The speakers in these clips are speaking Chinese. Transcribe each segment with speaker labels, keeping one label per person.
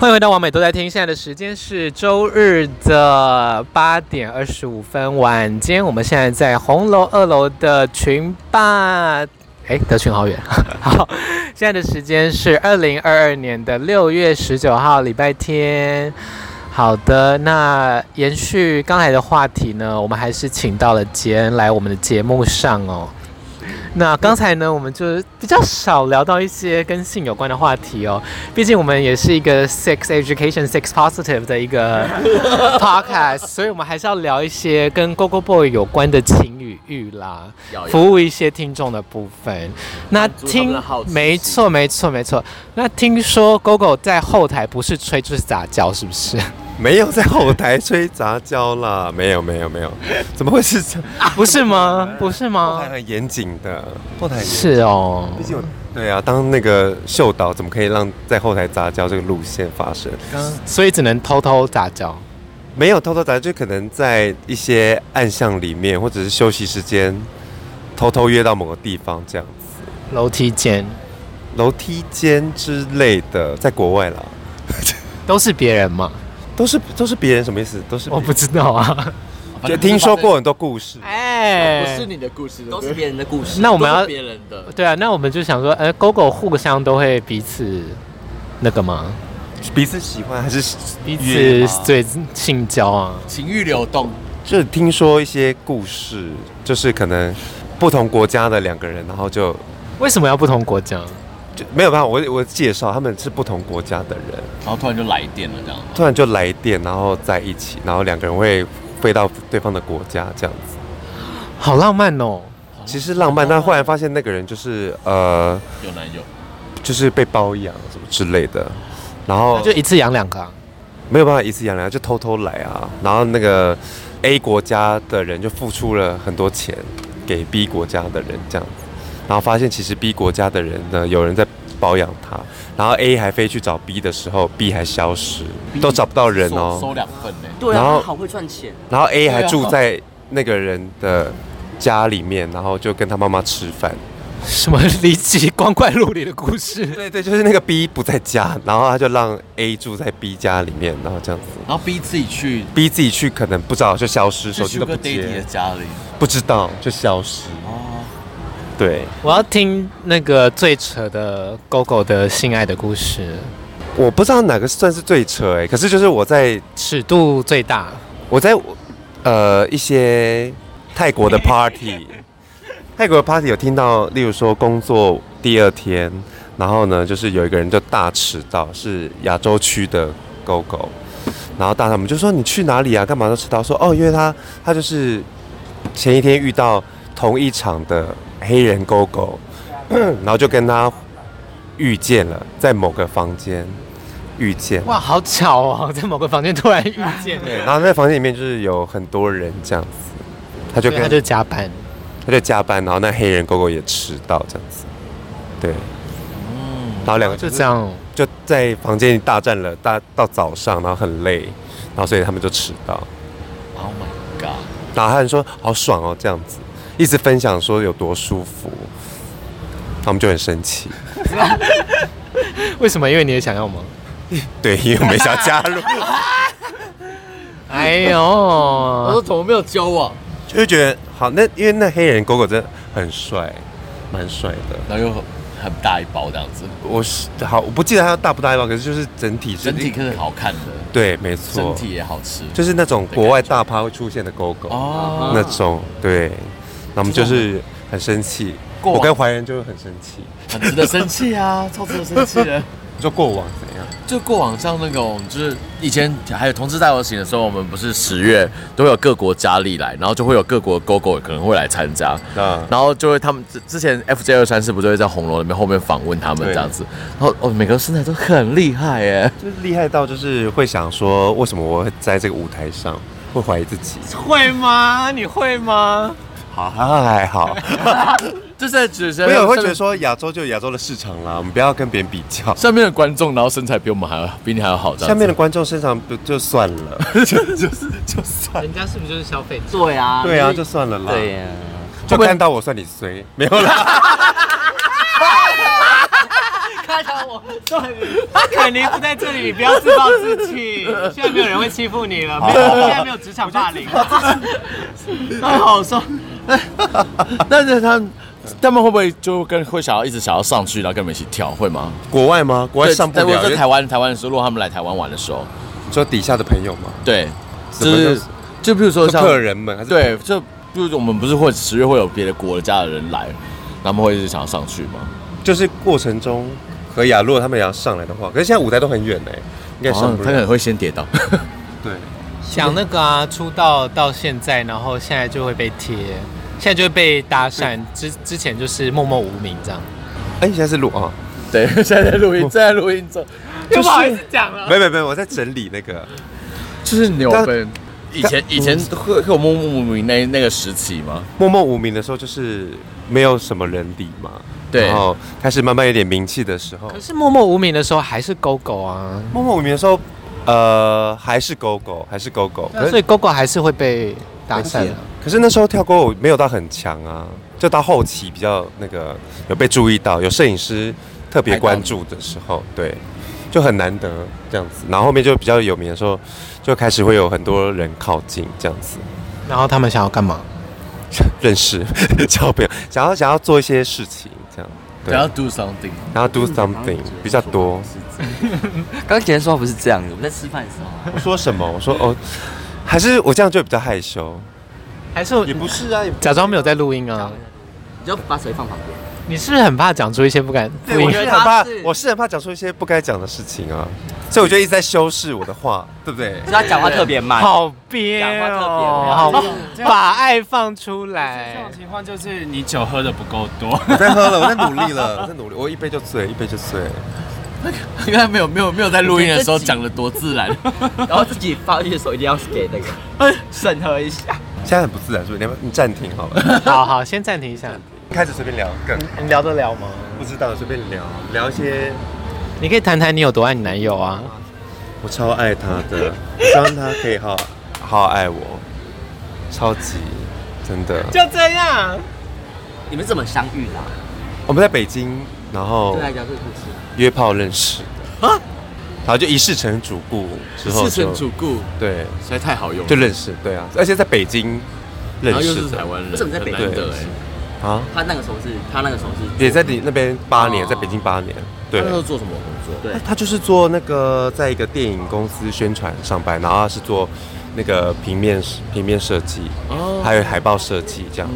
Speaker 1: 欢迎回到完美都在听，现在的时间是周日的八点二十五分晚间，我们现在在红楼二楼的群吧。哎，德群好远。 好，现在的时间是二零二二年的六月十九号，礼拜天。好的，那延续刚才的话题呢，我们还是请到了杰恩来我们的节目上哦。那刚才呢，我们就比较少聊到一些跟性有关的话题哦，毕竟我们也是一个 sex education、sex positive 的一 个 podcast，所以我们还是要聊一些跟 Go Go Boy 有关的情与欲啦。
Speaker 2: 要
Speaker 1: 服务一些听众的部分。那
Speaker 2: 满足他们
Speaker 1: 听
Speaker 2: 的好奇，心
Speaker 1: 没错，没错，没错。那听说狗狗在后台不是吹就是撒娇，是不 是？
Speaker 3: 没有在后台吹杂交啦， 没有没有没有，怎么会是这样？
Speaker 1: 不是吗？不是
Speaker 3: 后
Speaker 1: 吗
Speaker 3: 台？很严谨的，后台很严谨
Speaker 1: 是哦，
Speaker 3: 毕竟我对啊，当那个秀导怎么可以让在后台杂交这个路线发生？
Speaker 1: 所以只能偷偷撒娇。
Speaker 3: 没有偷偷杂交，就可能在一些暗巷里面，或者是休息时间偷偷约到某个地方这样子，
Speaker 1: 楼梯间
Speaker 3: 楼梯间之类的，在国外啦，
Speaker 1: 都是别人嘛？
Speaker 3: 都是都是别人什么意思？都是别
Speaker 1: 我
Speaker 3: 人
Speaker 1: 不知道啊。
Speaker 3: 就听说过很多故事。
Speaker 1: 哎
Speaker 4: 不是你的故事，
Speaker 2: 都是别人的故事，
Speaker 1: 那我们
Speaker 2: 都是
Speaker 1: 要
Speaker 2: 别人的，
Speaker 1: 对啊，那我们就想说，呃，狗狗互相都会彼此那个吗？
Speaker 3: 彼此喜欢还是
Speaker 1: 彼
Speaker 3: 约
Speaker 1: 此对性交啊？
Speaker 4: 情欲流动，
Speaker 3: 就听说一些故事，就是可能不同国家的两个人，然后就
Speaker 1: 为什么要不同国家？
Speaker 3: 就没有办法，我我介绍他们是不同国家的人，
Speaker 4: 然后突然就来电了，这样。
Speaker 3: 突然就来电，然后在一起，然后两个人会飞到对方的国家这样子。
Speaker 1: 好浪漫哦！
Speaker 3: 其实浪漫，但忽然发现那个人就是呃，
Speaker 4: 有男友，
Speaker 3: 就是被包养什么之类的，然后
Speaker 1: 那就一次养两个、啊。
Speaker 3: 没有办法一次养两个，就偷偷来啊。然后那个 A 国家的人就付出了很多钱给 B 国家的人这样子，然后发现其实 B 国家的人呢，有人在包养他，然后 A 还飞去找 B 的时候，B 还消失，都找不到人
Speaker 4: 收收
Speaker 3: 哦。
Speaker 4: 两份呢。
Speaker 2: 对
Speaker 3: 然
Speaker 2: 啊，
Speaker 3: 后
Speaker 2: 他好会赚钱，
Speaker 3: 然后 A 还
Speaker 4: 对啊
Speaker 3: 住在那个人的家里面，然后就跟他妈妈吃饭。
Speaker 1: 什么离奇光怪陆离的故事？
Speaker 3: 对对，就是那个 B 不在家，然后他就让 A 住在 B 家里面，然后这样子。
Speaker 4: 然后逼自己去
Speaker 3: B 自己去可能不知道就消失，
Speaker 4: 去
Speaker 3: 手机都
Speaker 4: Sugar
Speaker 3: 不
Speaker 4: Daddy
Speaker 3: 接
Speaker 4: 的。家里。
Speaker 3: 不知道就消失。
Speaker 4: 哦，
Speaker 3: 对，
Speaker 1: 我要听那个最扯的狗狗的性爱的故事，
Speaker 3: 我不知道哪个算是最扯哎、可是就是我在
Speaker 1: 尺度最大。
Speaker 3: 我在呃一些泰国的 party，泰国的 party 有听到，例如说工作第二天，然后呢就是有一个人就大迟到，是亚洲区的狗狗，然后大他们就说你去哪里啊？干嘛都迟到？说哦，因为他他就是前一天遇到同一场的黑人狗狗，然后就跟他遇见了，在某个房间遇见。
Speaker 1: 哇，好巧哦，在某个房间突然遇见，
Speaker 3: 对，然后那房间里面就是有很多人这样子，他就
Speaker 1: 对，
Speaker 3: 跟
Speaker 1: 他
Speaker 3: 他
Speaker 1: 就
Speaker 3: 就
Speaker 1: 加班。
Speaker 3: 加班，然后那黑人狗狗也迟到这样子，对，然后两个
Speaker 1: 嗯哦就
Speaker 3: 就是
Speaker 1: 这样，
Speaker 3: 就在房间里大战了，大到早上，然后很累，然后所以他们就迟到，
Speaker 4: Oh my god！
Speaker 3: 然后他们说好爽哦这样子，一直分享说有多舒服，他们就很生气，
Speaker 1: 为什么？因为你也想要 吗？
Speaker 3: 对，因为我没想加入，
Speaker 1: 哎
Speaker 4: 我说
Speaker 1: 呦，
Speaker 4: 怎么没有交往？
Speaker 3: 就觉得好那因为那黑人狗狗真的很帅，蛮帅的。
Speaker 4: 然后又很很大一包这样子，
Speaker 3: 我是好，我不记得它大不大包，可是就是整体是
Speaker 4: 整体可是好看的，
Speaker 3: 对，没
Speaker 4: 身
Speaker 3: 错，
Speaker 4: 体也好吃。
Speaker 3: 就是那种国外大趴会出现的狗狗，
Speaker 4: 哦，
Speaker 3: 那种对，那我们就是很生气，
Speaker 4: 过往
Speaker 3: 我跟怀仁就很生气，
Speaker 4: 很值得生气啊，超值得生气的。
Speaker 3: 你说过往怎样？
Speaker 4: 就过往像那种，就是以前还有同志大游行的时候，我们不是十月都会有各国佳丽来，然后就会有各国 GO GO 可能会来参加，
Speaker 3: 那
Speaker 4: 然后就会他们之之前 FJ 二三四不就会在红楼里面后面访问他们
Speaker 3: 对
Speaker 4: 这样子，然后哦每个身材都很厉害耶，
Speaker 3: 就是厉害到就是会想说，为什么我会在这个舞台上会怀疑自己？
Speaker 1: 会吗？你会吗？
Speaker 3: 好，还好，
Speaker 4: 就是只是
Speaker 3: 没有会觉得说亚洲就有亚洲的市场啦，我们不要跟别人比较。
Speaker 4: 上面的观众，然后身材比我们还要比你还要好这样子，
Speaker 3: 下面的观众身上不就算 了？
Speaker 1: 人家是不是就是消费者？
Speaker 2: 对啊，
Speaker 3: 对啊，就算了啦。
Speaker 2: 对呀、
Speaker 3: 就看到我算你衰，没有啦。
Speaker 1: 看到我，对， 肯定不在这里，你不要自暴自弃。现在没有人会欺负你了，没有，现在没有职场霸凌。
Speaker 4: 那好上，但是他们他们会不会就跟会想要一直想要上去，然后跟我们一起跳，会吗？
Speaker 3: 国外吗？国外上不
Speaker 4: 对在
Speaker 3: 了，
Speaker 4: 在台湾台湾的时候，如果他们来台湾玩的时候，
Speaker 3: 说底下的朋友吗？
Speaker 4: 对，
Speaker 3: 什
Speaker 4: 就
Speaker 3: 么叫
Speaker 4: 是就比如说
Speaker 3: 就
Speaker 4: 像
Speaker 3: 客人们还是
Speaker 4: 对，就比如我们不是会十月会有别的国家的人来，他们会一直想要上去吗？
Speaker 3: 就是过程中和雅若他们也要上来的话，可是现在舞台都很远哎、应该上
Speaker 4: 哦
Speaker 3: 不
Speaker 4: 他可
Speaker 3: 了。
Speaker 4: 能会先跌倒。
Speaker 3: 对，
Speaker 1: 想那个啊，出道到现在，然后现在就会被贴，现在就会被搭讪，之之前就是默默无名这样。
Speaker 3: 哎、你现在是录啊、
Speaker 4: 对，现在在录音，正在录音中，
Speaker 1: 就不好意思讲了。
Speaker 3: 没没没，我在整理那个。
Speaker 4: 就是牛
Speaker 3: 但
Speaker 4: 粪。以前以前会会有默默无名那那个时期吗？
Speaker 3: 默默无名的时候，就是没有什么人理嘛。
Speaker 4: 对
Speaker 3: 然后开始慢慢有点名气的时候
Speaker 1: 可，是默默无名的时候还是狗狗啊，
Speaker 3: 默默无名的时候，呃，还是狗狗，还是狗狗。
Speaker 4: 啊
Speaker 3: 可
Speaker 1: 所
Speaker 3: 是
Speaker 1: 以狗狗还是会被搭讪啊。
Speaker 3: 可是那时候跳狗舞没有到很强啊，就到后期比较那个有被注意到，有摄影师特别关注的时候，对，就很难得这样子。然后后面就比较有名的时候，就开始会有很多人靠近这样子。
Speaker 1: 然后他们想要干嘛？
Speaker 3: 认识 交朋友，想要想要做一些事情，这样对
Speaker 4: 然后 do something，
Speaker 3: 然后 do something 比较多。
Speaker 2: 刚刚姐姐说话不是这样的，我们在吃饭的时候啊。
Speaker 3: 我说什么？我说哦，还是我这样就比较害羞。
Speaker 1: 还是我
Speaker 3: 不是啊，也
Speaker 1: 假装没有在录音啊？
Speaker 2: 你就把水放旁边。
Speaker 1: 你是不是很怕讲出一些不敢不
Speaker 3: 我
Speaker 1: 应
Speaker 2: 觉
Speaker 3: 是
Speaker 2: 得
Speaker 3: 很
Speaker 2: 他
Speaker 3: 怕
Speaker 2: 是，
Speaker 3: 我是很怕讲出一些不该讲的事情啊，所以我就一直在修饰我的话，对不对？
Speaker 2: 所以他讲话特别慢。
Speaker 1: 好憋
Speaker 2: 讲话特别
Speaker 1: 哦，
Speaker 2: 没
Speaker 1: 好
Speaker 2: 有
Speaker 1: 吧把爱放出
Speaker 5: 这
Speaker 1: 来
Speaker 5: 种。情况就是你酒喝的不够 多，
Speaker 3: 我在喝了，我在努力了，我 在努力，我一杯就醉，一杯就醉。
Speaker 4: 刚才没有没有没有在录音的时候讲的多自 然，
Speaker 2: 然后自己发力的时候一定要给那个审核一下。
Speaker 3: 现在很不自然，所以你要不要你暂停好 了，
Speaker 1: 好好，先暂停一下。
Speaker 3: 开始随便聊，梗
Speaker 1: 你聊得了吗？
Speaker 3: 不知道随便聊，聊一些
Speaker 1: 你可以谈谈你有多爱你男友啊？
Speaker 3: 我超爱他 的，希望他可以好好爱我，超级真的。
Speaker 1: 就这样。
Speaker 2: 你们怎么相遇的、啊？
Speaker 3: 我们在北京，然后
Speaker 2: 对，啊聊这个故事。
Speaker 3: 约炮认识的，
Speaker 2: 啊
Speaker 3: 然后就一世成主顾之后就，
Speaker 4: 是成主顾，
Speaker 3: 对，
Speaker 4: 实在太好用了，
Speaker 3: 就认识，对啊，而且在北京
Speaker 4: 然
Speaker 3: 认
Speaker 4: 后又
Speaker 3: 识
Speaker 4: 是台
Speaker 3: 的
Speaker 4: 湾人，
Speaker 2: 为什么在北
Speaker 4: 很
Speaker 2: 京
Speaker 4: 难得
Speaker 3: 认
Speaker 4: 哎
Speaker 3: 识？啊，
Speaker 2: 他那个时候是，他那个时候是
Speaker 3: 也在你那边八年，
Speaker 2: 哦
Speaker 3: 在北京八年，
Speaker 4: 他
Speaker 3: 对
Speaker 4: 那时。候做什么工作？
Speaker 2: 对
Speaker 3: 他他就是做那个，在一个电影公司宣传上班，然后他是做那个平面平面设计，
Speaker 4: 哦
Speaker 3: 还有海报设计这样，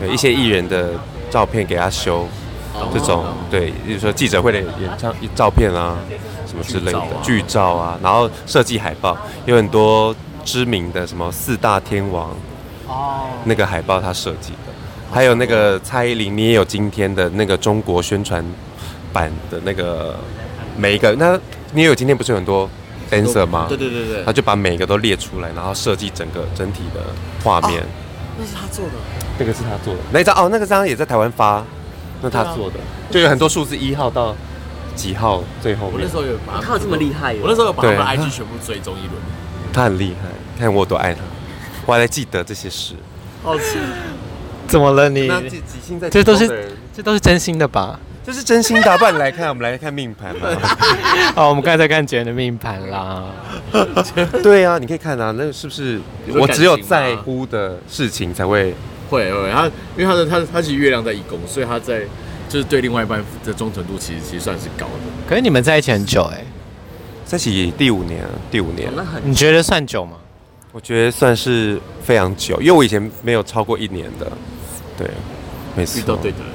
Speaker 3: 对一些艺人的照片给他修，这种对，比如说记者会的演唱照片啊，什么之类的剧
Speaker 4: 剧
Speaker 3: 照啊，然后设计海报，有很多知名的什么四大天王
Speaker 1: 哦，
Speaker 3: 那个海报他设计的，还有那个蔡依林，你也有今天的那个中国宣传版的那个每一个，那你也有今天不是有很多 dancer 吗？
Speaker 4: 对对对对
Speaker 3: 他，就把每个都列出来，然后设计整个整体的画面。
Speaker 2: 那是他做的。
Speaker 3: 啊那个是他做的，那一张哦，那个张也在台湾发，那他做的，就有很多数字一号到几号最后
Speaker 4: 我那
Speaker 3: 面
Speaker 4: 时，候有把他们
Speaker 2: 他有这么厉害耶哦
Speaker 4: 我那时候有把他们的
Speaker 3: 对
Speaker 4: IG 全部追踪一轮，
Speaker 3: 他很厉害，看我多爱他，我还来记得这些事。
Speaker 4: 好气，
Speaker 1: 怎么了你？
Speaker 3: 那几几星在
Speaker 1: 这都
Speaker 3: 几号的人
Speaker 1: 是这都是真心的吧？
Speaker 3: 这是真心打扮，不然你来看，我们来看命盘 嘛。
Speaker 1: 哦，我们刚才在看杰人的命盘啦。
Speaker 3: 对啊，你可以看啊，那是不是
Speaker 4: 有
Speaker 3: 我
Speaker 4: 感
Speaker 3: 只有
Speaker 4: 情吗
Speaker 3: 在乎的事情才会？
Speaker 4: 会会他，因为他的他他其实月亮在一宫，所以他在就是对另外一半的忠诚度其实其实算是高的。
Speaker 1: 可是你们在一起很久哎、
Speaker 3: 在一起第五年，第五年，
Speaker 2: 那很
Speaker 1: 你觉得算久吗？
Speaker 3: 我觉得算是非常久，因为我以前没有超过一年的，对，没错，
Speaker 4: 遇到对的人，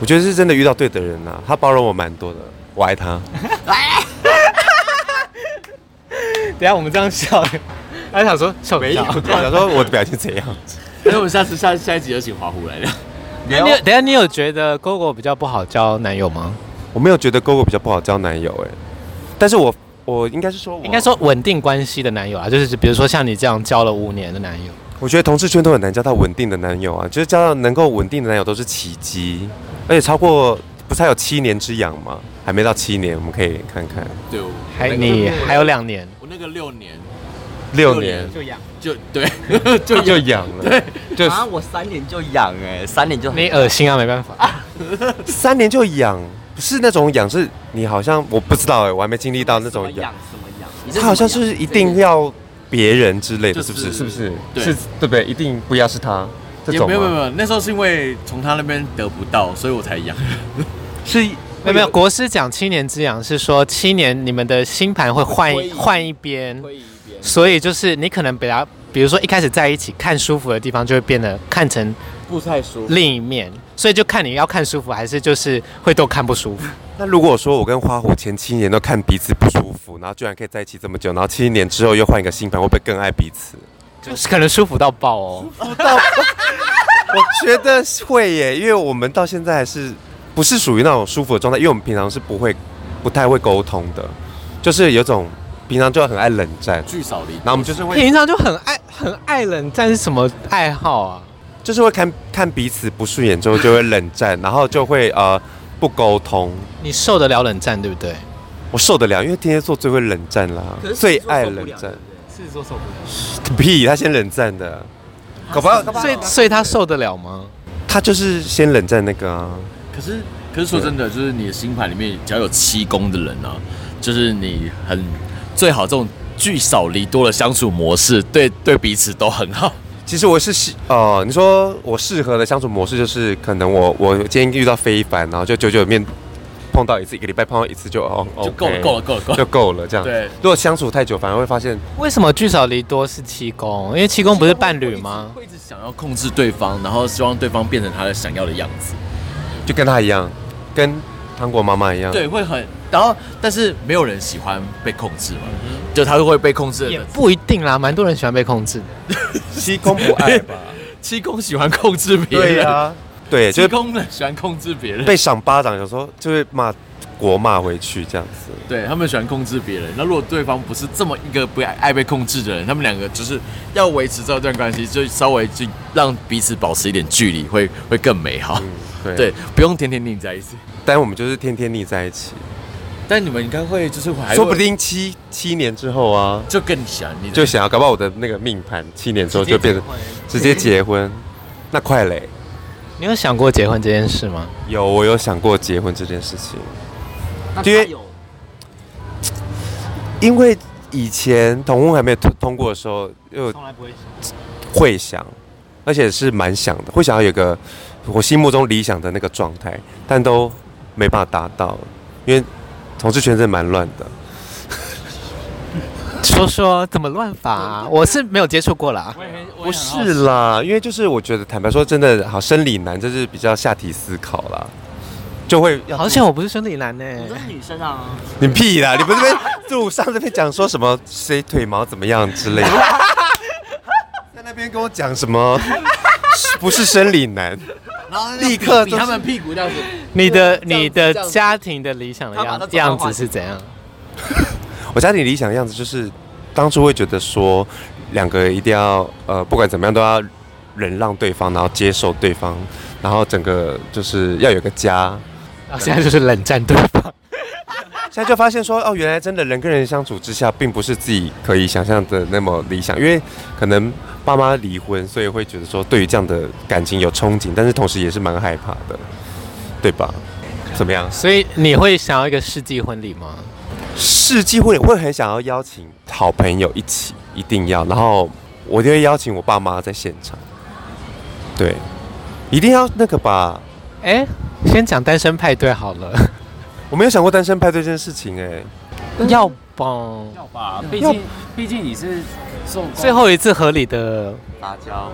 Speaker 3: 我觉得是真的遇到对的人呐、他包容我蛮多的，我爱他。
Speaker 1: 等一下我们这样笑，还想说笑没有？
Speaker 3: 我想说我的表情怎样？
Speaker 4: 那哎我们下次下下一集就请华虎来聊。哎
Speaker 1: 那你有等一下你有觉得 GoGo 比较不好交男友吗？
Speaker 3: 我没有觉得勾勾比较不好交男友哎、但是我我应该是说我
Speaker 1: 应该，说稳定关系的男友啊，就是比如说像你这样交了五年的男友，
Speaker 3: 我觉得同志圈都很难交到稳定的男友啊，就是交到能够稳定的男友都是奇迹，而且超过不是还有七年之痒吗？还没到七年，我们可以看看
Speaker 4: 对，我
Speaker 1: 还
Speaker 4: 那个
Speaker 1: 你还有两年，
Speaker 4: 我那个六年
Speaker 3: 六
Speaker 4: 六
Speaker 3: 年
Speaker 4: 年
Speaker 1: 就养
Speaker 4: 就对就
Speaker 3: 就痒了，就
Speaker 2: 啊，我三年就痒哎、三年就很
Speaker 1: 你恶心啊，没办法。
Speaker 3: 三年就痒，是那种痒，是你好像我不知道哎、我还没经历到那种痒
Speaker 2: 痒，什么痒？你这
Speaker 3: 他好像是一定要别人之类的，
Speaker 4: 就是是
Speaker 3: 不是？是不是？
Speaker 4: 对
Speaker 3: 是对不对？一定不要是他这
Speaker 4: 也
Speaker 3: 种
Speaker 4: 没有没有
Speaker 3: 吗？
Speaker 4: 没有，那时候是因为从他那边得不到，所以我才养。
Speaker 3: 是
Speaker 1: 没有没有，国师讲七年之痒是说七年你们的星盘会换
Speaker 2: 会
Speaker 1: 一换一边，
Speaker 2: 推一边，
Speaker 1: 所以就是你可能比较，比如说一开始在一起看舒服的地方，就会变得看成
Speaker 2: 不太舒服。
Speaker 1: 另一面，所以就看你要看舒服还是就是会都看不舒服。
Speaker 3: 那如果说我跟花火前七年都看彼此不舒服，然后居然可以在一起这么久，然后七年之后又换一个新盘，会不会更爱彼此？
Speaker 1: 就是可能舒服到爆哦。
Speaker 3: 我觉得会耶，因为我们到现在还是不是属于那种舒服的状态，因为我们平常是不会、不太会沟通的，就是有种平常就很爱冷战，
Speaker 4: 聚少离多，
Speaker 3: 然后我们就是会
Speaker 1: 平常就很爱很爱冷战是什么爱好啊？
Speaker 3: 就是会看看彼此不顺眼之后就会冷战，然后就会呃不沟通。
Speaker 1: 你受得了冷战对不对？
Speaker 3: 我受得了，因为天蝎座最会冷战啦
Speaker 2: 可是，
Speaker 3: 最
Speaker 2: 狮子座
Speaker 3: 爱
Speaker 2: 受不
Speaker 3: 冷
Speaker 2: 了
Speaker 3: 战
Speaker 2: 对。不
Speaker 5: 狮子座受不了，
Speaker 3: 屁，他先冷战
Speaker 2: 啊
Speaker 3: 的，搞不好搞不好
Speaker 1: 所以所以他受得了吗？
Speaker 3: 他就是先冷战那个啊。
Speaker 4: 可是可是说真的，就是你的星盘里面只要有七宫的人呢、啊，就是你很最好这种聚少离多的相处模式，对对彼此都很好。
Speaker 3: 其实我是适呃，你说我适合的相处模式就是，可能我我今天遇到非凡，然后就久久面碰到一次，一个礼拜碰到一次就哦
Speaker 4: 就够了够了够了够了
Speaker 3: 就够了这样。
Speaker 4: 对
Speaker 3: 如果相处太久，反而会发现
Speaker 1: 为什么聚少离多是七宫？因为七宫不是伴侣吗？
Speaker 4: 会一直想要控制对方，然后希望对方变成他的想要的样子。
Speaker 3: 就跟他一样，跟糖果妈妈
Speaker 1: 嗯
Speaker 3: 一样。
Speaker 4: 对，会很，然后但是没有人喜欢被控制嘛，就他会被控制
Speaker 1: 也
Speaker 4: 的。
Speaker 1: 不一定啦，蛮多人喜欢被控制的。
Speaker 3: 七公不爱吧？
Speaker 4: 七宫喜欢控制别人，
Speaker 3: 对
Speaker 1: 啊
Speaker 3: 呀，对，
Speaker 4: 七
Speaker 3: 就是
Speaker 4: 宫人喜欢控制别人，
Speaker 3: 被赏巴掌，有时候就会骂国骂回去这样子。
Speaker 4: 对他们喜欢控制别人。那如果对方不是这么一个不爱爱被控制的人，他们两个就是要维持这段关系，就稍微就让彼此保持一点距离，会会更美好。
Speaker 3: 嗯对
Speaker 4: 对，不用天天腻在一起。
Speaker 3: 但我们就是天天腻在一起，
Speaker 4: 但你们应该会就是还会
Speaker 3: 说不定七七年之后啊，
Speaker 4: 就更想你
Speaker 3: 就想要搞不好我的那个命盘七年之后就变成直接结婚， 那快嘞！
Speaker 1: 你有想过结婚这件事吗？
Speaker 3: 有我有想过结婚这件事情，
Speaker 2: 那
Speaker 3: 因为
Speaker 2: 他有
Speaker 3: 因为以前同婚还没有通通过的时候，又
Speaker 5: 从来不会想。
Speaker 3: 会想，而且是蛮想的，会想要有个我心目中理想的那个状态，但都没办法达到，因为同志圈真的蛮乱的。
Speaker 1: 说说怎么乱法、啊 我是没有接触过啦。
Speaker 5: 我也很
Speaker 3: 不是啦，因为就是我觉得，坦白说，真的好生理男，就是比较下体思考啦，就会要
Speaker 1: 好险我不是生理 男呢、
Speaker 2: 你都是女生啊，
Speaker 3: 你屁啦！你不是在路上这边讲说什么谁腿毛怎么样之类的，在那边跟我讲什么？不是生理男，
Speaker 4: 然后
Speaker 3: 立刻就是
Speaker 4: 比他们屁股这样子，
Speaker 1: 你的
Speaker 2: 这样子
Speaker 1: 你的
Speaker 2: 这样子
Speaker 1: 家庭的理想的
Speaker 2: 他把
Speaker 1: 样
Speaker 2: 它转换
Speaker 1: 样子是怎样？
Speaker 3: 我家庭理想样子就是，当初会觉得说，两个一定要呃，不管怎么样都要忍让对方，然后接受对方，然后整个就是要有个家，
Speaker 1: 然后现在就是冷战对方。
Speaker 3: 现在就发现说，哦，原来真的人跟人相处之下，并不是自己可以想象的那么理想，因为可能爸妈离婚，所以会觉得说对于这样的感情有憧憬，但是同时也是蛮害怕的，对吧？怎么样？
Speaker 1: 所以你会想要一个世纪婚礼吗？
Speaker 3: 世纪婚礼会很想要邀请好朋友一起，一定要，然后我就会邀请我爸妈在现场，对，一定要那个吧。
Speaker 1: 哎、先讲单身派对好了，
Speaker 3: 我没有想过单身派对这件事情、哎，
Speaker 1: 要吧？
Speaker 5: 要吧，毕竟毕竟你是受过
Speaker 1: 最后一次合理的，
Speaker 2: 打交。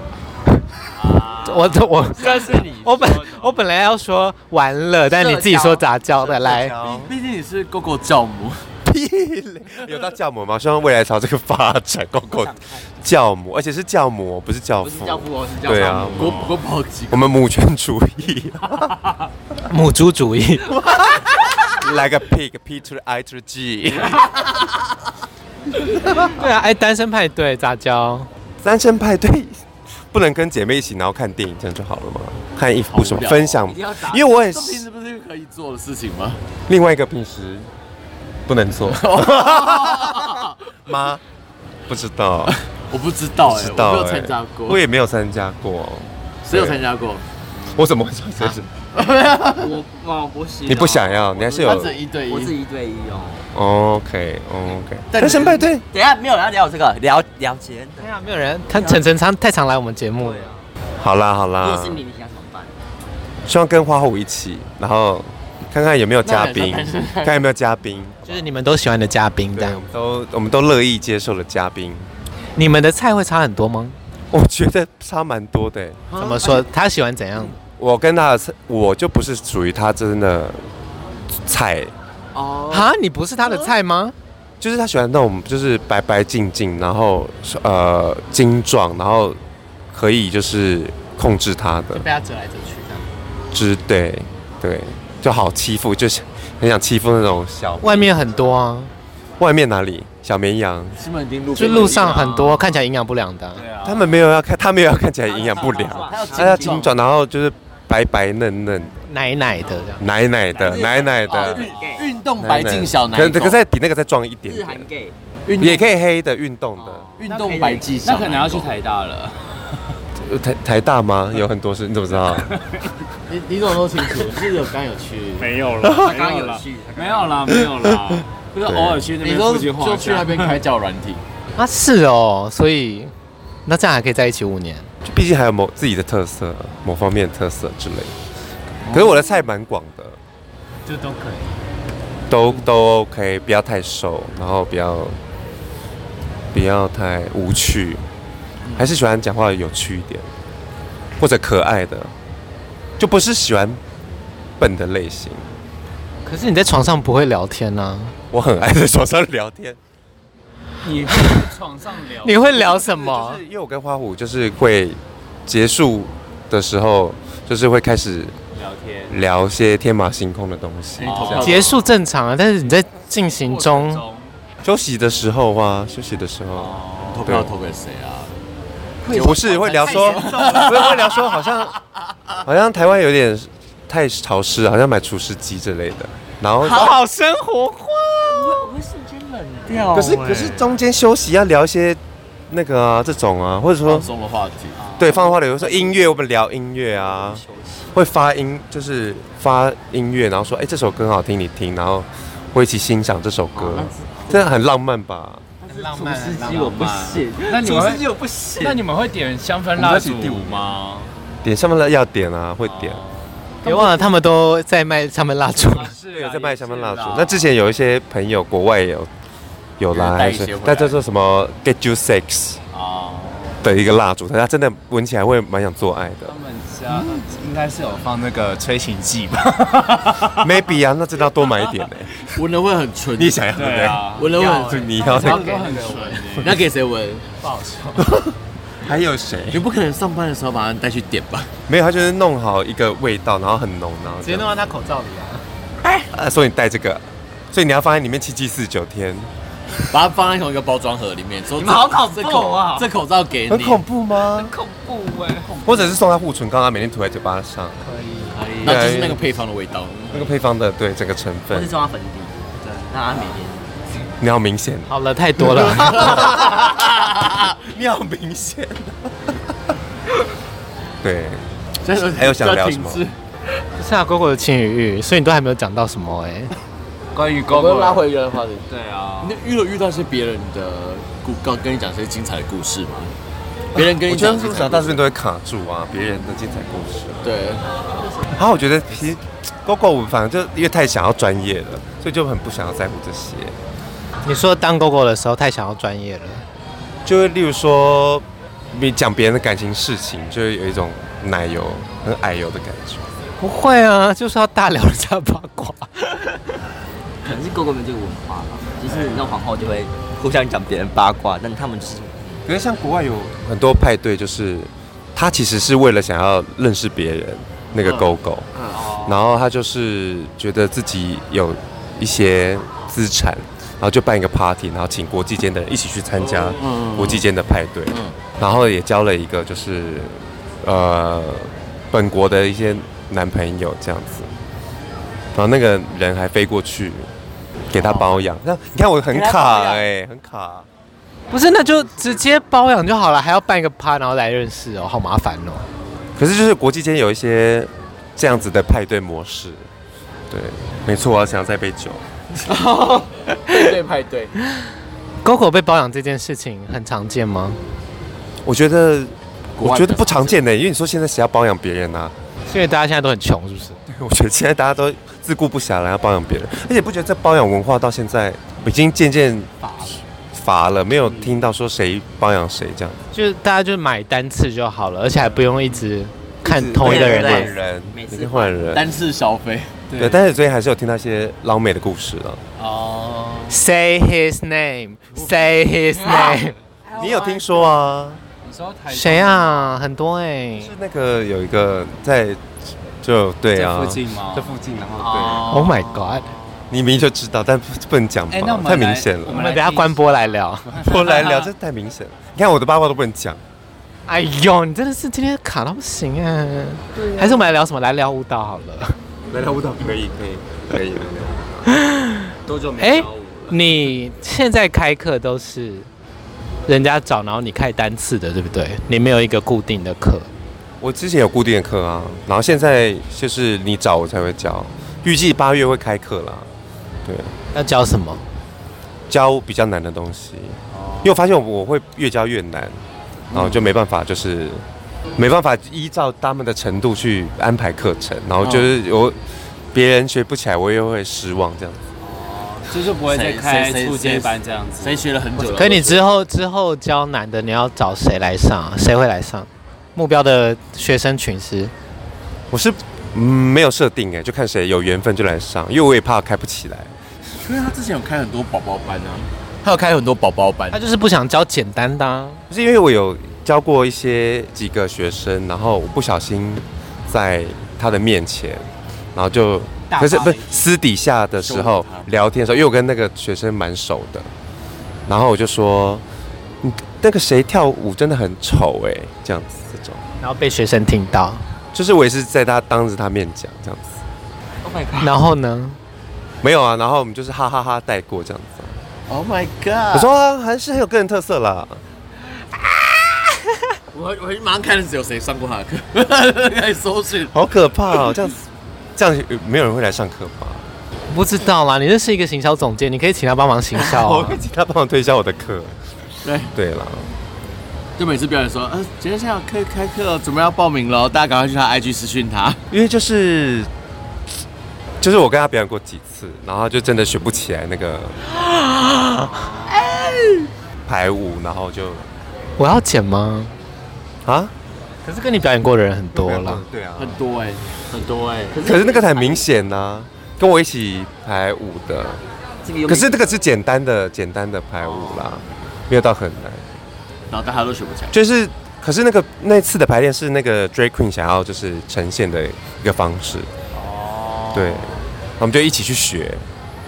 Speaker 1: 我我
Speaker 5: 这啊是你
Speaker 1: 我本
Speaker 5: 说的
Speaker 1: 我本来要说完了，但你自己说杂交的来，
Speaker 4: 毕竟你是 GoGo 教母，
Speaker 3: 屁嘞！有到教母吗？希望未来朝这个发展，公
Speaker 2: 我
Speaker 3: 公
Speaker 2: 想看
Speaker 3: 教母，而且是教母哦，不是教
Speaker 2: 不
Speaker 3: 父
Speaker 2: 是。教父哦，是教
Speaker 3: 对啊
Speaker 2: 父，
Speaker 4: 国国宝级
Speaker 3: 我们母权主义，
Speaker 1: 母猪主 义。
Speaker 3: 来个 pig，p to the i to the g。
Speaker 1: 对啊，哎、单身派对杂交，
Speaker 3: 单身派对不能跟姐妹一起，然后看电影这样就好了吗？看一部什么
Speaker 4: 好无聊哦
Speaker 3: 分享
Speaker 2: 一定要打，
Speaker 3: 因为我很
Speaker 4: 这平时不是可以做的事情吗？
Speaker 3: 另外一个平时不能做吗？不知道，
Speaker 4: 我不知道
Speaker 3: 不
Speaker 4: 哎、
Speaker 3: 知
Speaker 4: 我
Speaker 3: 道
Speaker 4: 没有参
Speaker 3: 哎
Speaker 4: 加过，
Speaker 3: 我也没有参加过，
Speaker 4: 谁有参加过？啊
Speaker 3: 我怎么会知道这是？
Speaker 2: 我哦我不行，啊
Speaker 3: 你不想要，你还是有
Speaker 4: 他只一对一，
Speaker 2: 我是一对一哦。
Speaker 3: OK OK。
Speaker 4: 但
Speaker 3: 单身派对，
Speaker 2: 等一下没有人要聊这个，聊聊钱的。
Speaker 1: 对啊，没有人，他晨晨常太常来我们节目了。
Speaker 3: 好啦好
Speaker 2: 如
Speaker 3: 啦
Speaker 2: 果，是你，你想怎么办？
Speaker 3: 希望跟花火一起，然后看看有没有嘉宾
Speaker 4: 那也是，
Speaker 3: 看看有没有 嘉宾。
Speaker 1: 就是你们都喜欢的嘉宾，这
Speaker 3: 对，
Speaker 1: 样
Speaker 3: 我们都我们都乐意接受了嘉宾，
Speaker 1: 你们的菜会差很多吗？
Speaker 3: 我觉得差蛮多的欸。
Speaker 1: 怎么说？他喜欢怎样？
Speaker 3: 我跟他的菜，我就不是属于他真的菜，
Speaker 2: 哦，
Speaker 1: 哈，你不是他的菜吗？
Speaker 3: 就是他喜欢那种就是白白净净，然后呃精壮，然后可以就是控制他的，
Speaker 1: 被他折来折去的。
Speaker 3: 就是对对，就好欺负，就是很想欺负那种小
Speaker 1: 外面很多啊，
Speaker 3: 外面哪里小绵羊，
Speaker 4: 西门町路
Speaker 1: 就路上很多看起来营养不良的啊、
Speaker 5: 对啊，
Speaker 3: 他们没有要看，他没有要看起来营养不良，
Speaker 2: 还有
Speaker 3: 他要精壮，然后就是白白嫩嫩、
Speaker 1: 奶奶的这样。
Speaker 3: 奶奶的、奶奶的。
Speaker 2: 日
Speaker 4: 运
Speaker 2: gay，
Speaker 4: 运动哦白净小奶
Speaker 3: 可
Speaker 4: 狗，
Speaker 3: 可再比那个再壮一点
Speaker 2: 日
Speaker 3: 点，
Speaker 2: 韩 gay，
Speaker 4: 运动
Speaker 3: 也可以黑的运动的。
Speaker 4: 运动白净
Speaker 5: 那
Speaker 4: 小奶狗，
Speaker 5: 可能要去台大了。
Speaker 3: 呃台台大吗？
Speaker 4: 嗯
Speaker 3: 有很多事，你怎 么知道？
Speaker 4: 你你怎么都清楚？是有刚有去，
Speaker 5: 没有了，他
Speaker 2: 刚刚有去，
Speaker 5: 没有啦，没有啦，就是偶尔去那
Speaker 4: 你
Speaker 5: 边
Speaker 4: 都
Speaker 5: 附近晃
Speaker 4: 就
Speaker 5: 一
Speaker 4: 去那
Speaker 5: 下。
Speaker 4: 边开教软体，
Speaker 1: 啊，是哦，所以那这样还可以在一起五年。
Speaker 3: 就毕竟还有某自己的特色，某方面的特色之类的。可是我的菜蛮广的，
Speaker 5: 就都可以。
Speaker 3: 都都 OK，不要太瘦，然后不要不要太无趣，还是喜欢讲话有趣一点，或者可爱的，就不是喜欢笨的类型。
Speaker 1: 可是你在床上不会聊天啊？
Speaker 3: 我很爱在床上聊天，
Speaker 5: 你在床上聊，
Speaker 1: 你会聊什么
Speaker 3: 就？是因为我跟花虎就是会结束的时候，就是会开始
Speaker 5: 聊天。
Speaker 3: 聊些天马行空的东西。
Speaker 4: 哦
Speaker 3: 这样
Speaker 1: 结束正常啊，但是你在进行中，
Speaker 3: 休息的时候啊，休息的时候，
Speaker 4: 投票投给谁啊？
Speaker 3: 不是会聊说， 不是会聊说，好像好像台湾有点太潮湿，好像买除湿机之类的。然后，
Speaker 1: 好生活化。
Speaker 3: 可
Speaker 5: 欸
Speaker 4: 欸
Speaker 3: 是可是中间休息要聊一些那个啊这种啊，或者说
Speaker 4: 放松的话题，
Speaker 3: 对放话的，比如说音乐，我们聊音乐啊，会发音就是发音乐，然后说哎、这首歌很好听，你听，然后会一起欣赏这首歌，这很浪漫吧？
Speaker 1: 浪漫
Speaker 2: 厨师机我不信，
Speaker 5: 那你
Speaker 2: 厨
Speaker 5: 们
Speaker 2: 师
Speaker 5: 会
Speaker 2: 机我不信。
Speaker 5: 那你们会点香氛蜡烛吗？
Speaker 3: 点上面的要点啊，会点。
Speaker 1: 别忘了他们都在卖上面蜡烛。
Speaker 5: 是
Speaker 4: 啊
Speaker 3: 对，有在卖香氛蜡烛。那
Speaker 5: 那
Speaker 3: 之前有一些朋友国外也有有啦，
Speaker 4: 有带
Speaker 3: 还
Speaker 4: 一些
Speaker 3: 是
Speaker 4: 回来
Speaker 3: 但叫做什么 Get You Sex
Speaker 5: 啊，
Speaker 3: 的一个蜡烛，它真的闻起来会蛮想做爱
Speaker 5: 他
Speaker 3: 的。
Speaker 5: 们家应该是有放那个催情剂吧？
Speaker 3: Maybe 啊，那真的要多买一点呢、
Speaker 4: 闻了会很纯，
Speaker 3: 你想要对不
Speaker 5: 对
Speaker 3: 对？
Speaker 5: 啊，
Speaker 4: 闻了会很
Speaker 3: 就
Speaker 4: 纯，
Speaker 3: 你要那
Speaker 5: 他们
Speaker 3: 个
Speaker 5: 都，很欸纯，
Speaker 4: 那给谁闻？
Speaker 5: 不好说。
Speaker 3: 还有谁？
Speaker 4: 你不可能上班的时候把它带去点吧？
Speaker 3: 没有，他就是弄好一个味道，然后很浓，然后这样
Speaker 1: 到他口罩里啊！
Speaker 3: 啊，所以你带这个，所以你要放在里面七七四十九天，
Speaker 4: 把它放在同一个包装盒里面，说你
Speaker 2: 们好恐怖啊
Speaker 4: 这口罩给
Speaker 3: 很
Speaker 4: 你，
Speaker 3: 恐怖吗？
Speaker 2: 恐怖哎，
Speaker 3: 或者是送他护唇膏，他每天涂在嘴巴上，
Speaker 2: 哎
Speaker 4: 那就是那个配方的味道。
Speaker 3: 那个配方的对整个成
Speaker 2: 我
Speaker 3: 分
Speaker 2: 是，中华粉底，对，那他每天
Speaker 3: 你好明显，
Speaker 1: 好了，太多了。
Speaker 3: 你好明显，
Speaker 4: 啊
Speaker 3: 对。
Speaker 4: 真的
Speaker 3: 还有想聊什么
Speaker 4: 要停滞
Speaker 1: 不是啊，果果的青鱼玉，所以你都还没有讲到什么哎、
Speaker 5: 关于
Speaker 4: 我
Speaker 5: 狗
Speaker 4: 们
Speaker 5: 狗
Speaker 4: 拉回原来话题。
Speaker 5: 对啊，
Speaker 4: 你遇了遇到一些别人的故，告跟你讲一些精彩的故事吗？别人跟你
Speaker 3: 我觉
Speaker 4: 讲
Speaker 3: 得
Speaker 4: 精彩的故
Speaker 3: 是不是
Speaker 4: 事，
Speaker 3: 长大这边都会卡住啊，别人的精彩故事。啊
Speaker 4: 对，
Speaker 3: 然后我觉得其实 GoGo 我们反正就因为太想要专业了，所以就很不想要在乎这些。
Speaker 1: 你说当狗狗的时候太想要专业了，
Speaker 3: 就会例如说，你讲别人的感情事情，就会有一种奶油很矮油的感觉。
Speaker 1: 不会啊，就是要大聊人家八卦。
Speaker 2: 可能是哥哥们这个文化吧，就是那种皇后就会互相讲别人八卦，但他们就是
Speaker 3: 可是像国外有很多派对，就是他其实是为了想要认识别人，那
Speaker 4: 嗯
Speaker 3: 个 GoGo，、然
Speaker 2: 哦
Speaker 3: 后他就是觉得自己有一些资产，然后就办一个 party，然后请国际间的人一起去参加国际间的派对，然后也交了一个就是呃本国的一些男朋友这样子，然后那个人还飞过去给他包养，那你看我很卡哎、很卡。
Speaker 1: 不是，那就直接包养就好了，还要办一个趴，然后来认识哦，好麻烦哦。
Speaker 3: 可是就是国际间有一些这样子的派对模式。对，没错，我要想要再杯酒。
Speaker 5: 对派对，
Speaker 1: Coco 被包养这件事情很常见吗？
Speaker 3: 我觉得，
Speaker 5: 国
Speaker 3: 我
Speaker 5: 外
Speaker 3: 觉
Speaker 5: 比
Speaker 3: 得
Speaker 5: 较
Speaker 3: 不常见的，因为你说现在谁要包养别人呢、啊？
Speaker 1: 是因为大家现在都很穷，是不是？
Speaker 3: 我觉得现在大家都自顾不暇了，要包养别人，而且不觉得这包养文化到现在已经渐渐乏了，没有听到说谁包养谁这样。
Speaker 1: 就是大家就买单次就好了，而且还不用一直看
Speaker 3: 一直
Speaker 1: 同一个人
Speaker 2: 对
Speaker 1: 来
Speaker 3: 换人，
Speaker 2: 每次
Speaker 3: 每次换人。
Speaker 4: 单次消费
Speaker 3: 对，但是最近还是有听到一些捞妹的故事了。
Speaker 4: 哦，
Speaker 1: Say his name, say his name。
Speaker 3: 你有听说啊？
Speaker 5: 你说台中
Speaker 1: 谁？啊？很多哎、
Speaker 3: 是那个有一个在就对
Speaker 5: 这
Speaker 3: 啊，
Speaker 5: 附近吗？
Speaker 3: 这附近，然后对，
Speaker 5: 哦
Speaker 1: Oh my god！
Speaker 3: 你明明就知道，但不不能讲吧
Speaker 5: 哎那我，们
Speaker 3: 太明
Speaker 5: 来
Speaker 3: 显
Speaker 5: 我
Speaker 1: 我
Speaker 3: 了。
Speaker 1: 们等一下关播来聊。
Speaker 3: 我来聊，这太明显了。你看我的八卦都不能讲。
Speaker 1: 哎呦，你真的是今天卡到不行哎、还是我们来聊什么？来聊舞蹈好了。
Speaker 3: 来聊舞蹈可以，可以，可以。
Speaker 2: 多久
Speaker 1: 哎
Speaker 2: 没跳舞了？
Speaker 1: 你现在开课都是人家找，然后你开单次的，对不对？你没有一个固定的课。
Speaker 3: 我之前有固定的课啊，然后现在就是你找我才会教，预计八月会开课啦。对，
Speaker 1: 要教什么？
Speaker 3: 教比较难的东西，因为我发现我会越教越难，然后就没办法，就是没办法依照他们的程度去安排课程，然后就是我别人学不起来，我也会失望这样子。
Speaker 5: 就是不会再
Speaker 4: 谁
Speaker 5: 开
Speaker 4: 谁
Speaker 5: 初阶
Speaker 4: 谁
Speaker 5: 班这样子。
Speaker 4: 谁学了很久了？
Speaker 1: 可你之后之后教男的，你要找谁来上啊？谁会来上？目标的学生群是
Speaker 3: 我是嗯没有设定哎、就看谁有缘分就来上，因为我也怕开不起来。
Speaker 4: 因为他之前有开很多宝宝班啊，他有开很多宝宝班
Speaker 1: 他，就是不想教简单的、啊。
Speaker 3: 不是因为我有教过一些几个学生，然后我不小心在他的面前，然后就
Speaker 5: 大发
Speaker 3: 可是不
Speaker 5: 雷
Speaker 3: 是私底下的时候
Speaker 4: 羞辱他
Speaker 3: 聊天的时候，因为我跟那个学生蛮熟的，然后我就说，你那个谁跳舞真的很丑哎、这样子这种，
Speaker 1: 然后被学生听到，
Speaker 3: 就是我也是在他当着他面讲这样子，
Speaker 2: ，Oh my god！
Speaker 1: 然后呢？
Speaker 3: 没有啊，然后我们就是哈哈哈带过这样子。
Speaker 4: Oh my god！
Speaker 3: 我说、啊、还是很有个人特色啦，
Speaker 4: 我我马上看的是有谁上过他的课， 开始搜寻。
Speaker 3: 好可怕哦，这样子，这样呃没有人会来上课吧？
Speaker 1: 不知道啦，你认识一个行销总监，你可以请他帮忙行销、
Speaker 3: 我
Speaker 1: 啊
Speaker 3: 会。请他帮我推销我的课。
Speaker 4: 对，
Speaker 3: 对了，
Speaker 4: 就每次表演说，呃，接下来可以开课了，准备要报名了，大家赶快去他 IG 私讯他。
Speaker 3: 因为就是就是我跟他表演过几次，然后他就真的学不起来那个排舞，然后就
Speaker 1: 我要剪吗？
Speaker 3: 啊
Speaker 1: 可是跟你表演过的人很多啦。，
Speaker 3: 对啊。
Speaker 4: 很多哎、
Speaker 2: 很多哎，
Speaker 3: 可是那个很明显呐、跟我一起排舞的，
Speaker 2: 这个有
Speaker 3: 可是这个是简单的简单的排舞啦，没有到很难。
Speaker 4: 然后大家都学不起来。
Speaker 3: 就是可是那个那次的排练是那个 Drag Queen 想要就是呈现的一个方式，
Speaker 4: 哦，
Speaker 3: 对，我们就一起去学，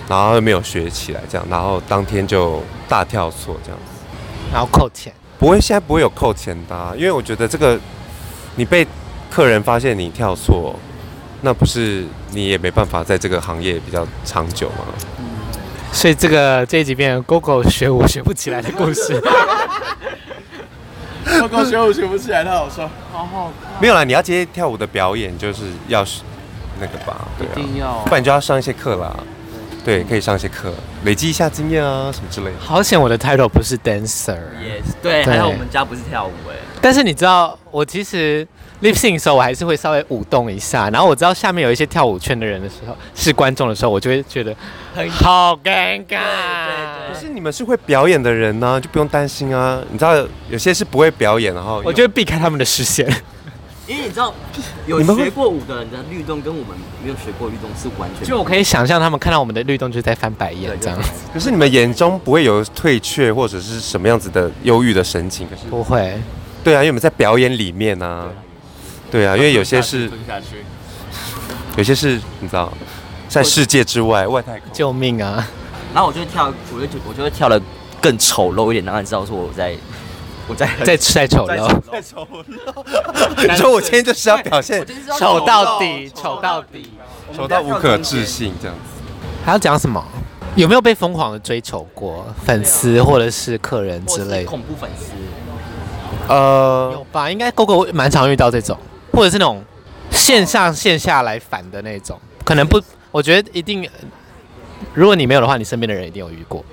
Speaker 3: 然后没有学起来这样，然后当天就大跳错这样子。
Speaker 1: 然后扣钱，
Speaker 3: 不会，现在不会有扣钱的啊、因为我觉得这个你被客人发现你跳错，那不是你也没办法在这个行业比较长久吗？
Speaker 1: 所以这个这一集变成 Gogo 学舞学不起来的故事。
Speaker 4: 高高学我学不起来，太好笑。好好，
Speaker 3: 没有啦，你要接跳舞的表演就是要是那个吧，对
Speaker 2: 一定
Speaker 3: 啊，
Speaker 2: 要
Speaker 3: 不然就要上一些课啦。对，可以上一些课，累积一下经验啊，什么之类的。
Speaker 1: 好险我的 title 不是 dancer。
Speaker 2: yes，对，
Speaker 1: 对
Speaker 2: 还好我们家不是跳舞哎，
Speaker 1: 但是你知道，我其实 lip sync 的时候，我还是会稍微舞动一下。然后我知道下面有一些跳舞圈的人的时候，是观众的时候，我就会觉得
Speaker 2: 很
Speaker 1: 好尴尬。
Speaker 2: 对对
Speaker 3: 可是你们是会表演的人呢、就不用担心啊。你知道有些是不会表演，然后
Speaker 1: 我就会避开他们的视线。
Speaker 2: 因为你知道，有
Speaker 3: 你们会
Speaker 2: 学过舞的人的律动跟我们没有学过律动是完全
Speaker 1: 就我可以想象他们看到我们的律动，就是在翻白眼这样。
Speaker 3: 可是你们眼中不会有退却或者是什么样子的忧郁的神情，可是
Speaker 1: 不会，
Speaker 3: 对啊，因为我们在表演里面啊，对啊，因为有些是
Speaker 4: 蹲下去，
Speaker 3: 有些是你知道，在世界之外外太空，
Speaker 1: 救命啊！
Speaker 2: 然后我就会跳，我就我就会跳的更丑陋一点，让人知道说我在我在
Speaker 1: 再吃再丑陋，
Speaker 4: 太丑了。
Speaker 3: 你说 我今天就是要表现
Speaker 1: 丑到底，丑到底。
Speaker 3: 丑到无可置信这样子，
Speaker 1: 还要讲什么？有没有被疯狂的追求过粉丝或者是客人之类的？
Speaker 2: 恐怖粉丝，
Speaker 1: 有
Speaker 3: 呃，
Speaker 1: 吧？应该狗狗蛮常遇到这种，或者是那种线上线下来反的那种，可能不，我觉得一定，如果你没有的话，你身边的人一定有遇过。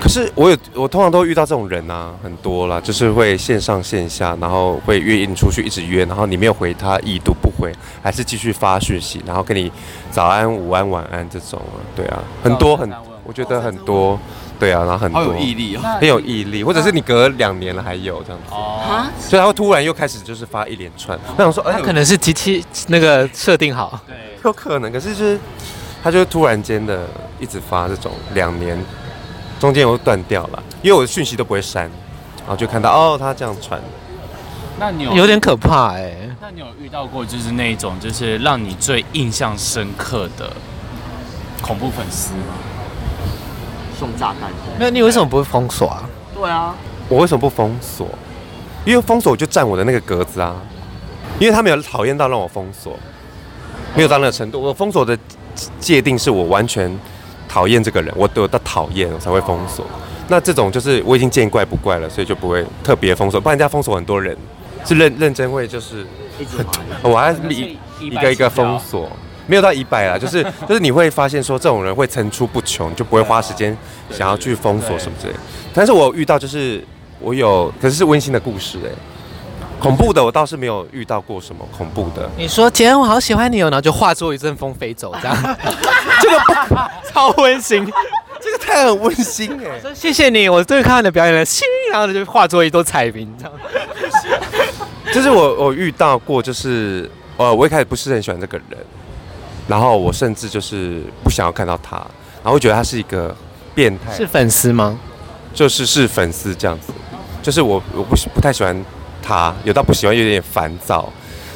Speaker 3: 可是我有，我通常都遇到这种人啊，很多啦，就是会线上线下，然后会约你出去一直约，然后你没有回他，已读不回，还是继续发讯息，然后跟你早安、午安、晚安这种啊，对啊，很多很，我觉得很多，对啊，然后很
Speaker 4: 好
Speaker 3: 多，
Speaker 4: 有毅力哦。
Speaker 3: 很有毅力，或者是你隔两年了还有这样子，
Speaker 4: 哦，
Speaker 2: 啊，
Speaker 3: 所以他会突然又开始就是发一连串，那我想说，哎、
Speaker 1: 他可能是机器那个设定好，
Speaker 4: 对，
Speaker 3: 有可能，可是就是他就突然间的一直发这种两年，中间又断掉了，因为我的讯息都不会删，然后就看到哦他这样传，
Speaker 5: 那你有
Speaker 1: 有点可怕哎、
Speaker 5: 那你有遇到过就是那一种就是让你最印象深刻的恐怖粉丝吗？
Speaker 2: 送炸弹。
Speaker 1: 那你为什么不会封锁啊？
Speaker 2: 对啊，
Speaker 3: 我为什么不封锁？因为封锁我就占我的那个格子啊，因为他没有讨厌到让我封锁，没有到那个程度。我封锁的界定是我完全讨厌这个人，我对我到讨厌我才会封锁。那这种就是我已经见怪不怪了，所以就不会特别封锁。不然人家封锁很多人，是认认真会就是哦
Speaker 2: 一直玩。
Speaker 3: 我还
Speaker 5: 那是
Speaker 3: 一
Speaker 5: 一
Speaker 3: 一
Speaker 5: 百
Speaker 3: 个一个
Speaker 5: 起跳
Speaker 3: 封锁，没有到一百啦，就是 就是你会发现说这种人会层出不穷，就不会花时间想要去封锁什么之类的。但是我遇到就是我有，可是是温馨的故事哎、恐怖的我倒是没有遇到过什么恐怖的，
Speaker 1: 你说姐，我好喜欢你哦，然后就化作一阵风飞走，这样，这个不 超温馨。
Speaker 3: 这个太很温馨哎、
Speaker 1: 说谢谢你，我对看你的表演了，心，然后就化作一朵彩云，这样。
Speaker 3: 就是我我遇到过，就是呃，我一开始不是很喜欢这个人，然后我甚至就是不想要看到他，然后会觉得他是一个变态，
Speaker 1: 是粉丝吗？
Speaker 3: 就是是粉丝这样子，就是我我不喜不太喜欢他，有到不喜欢有点烦躁，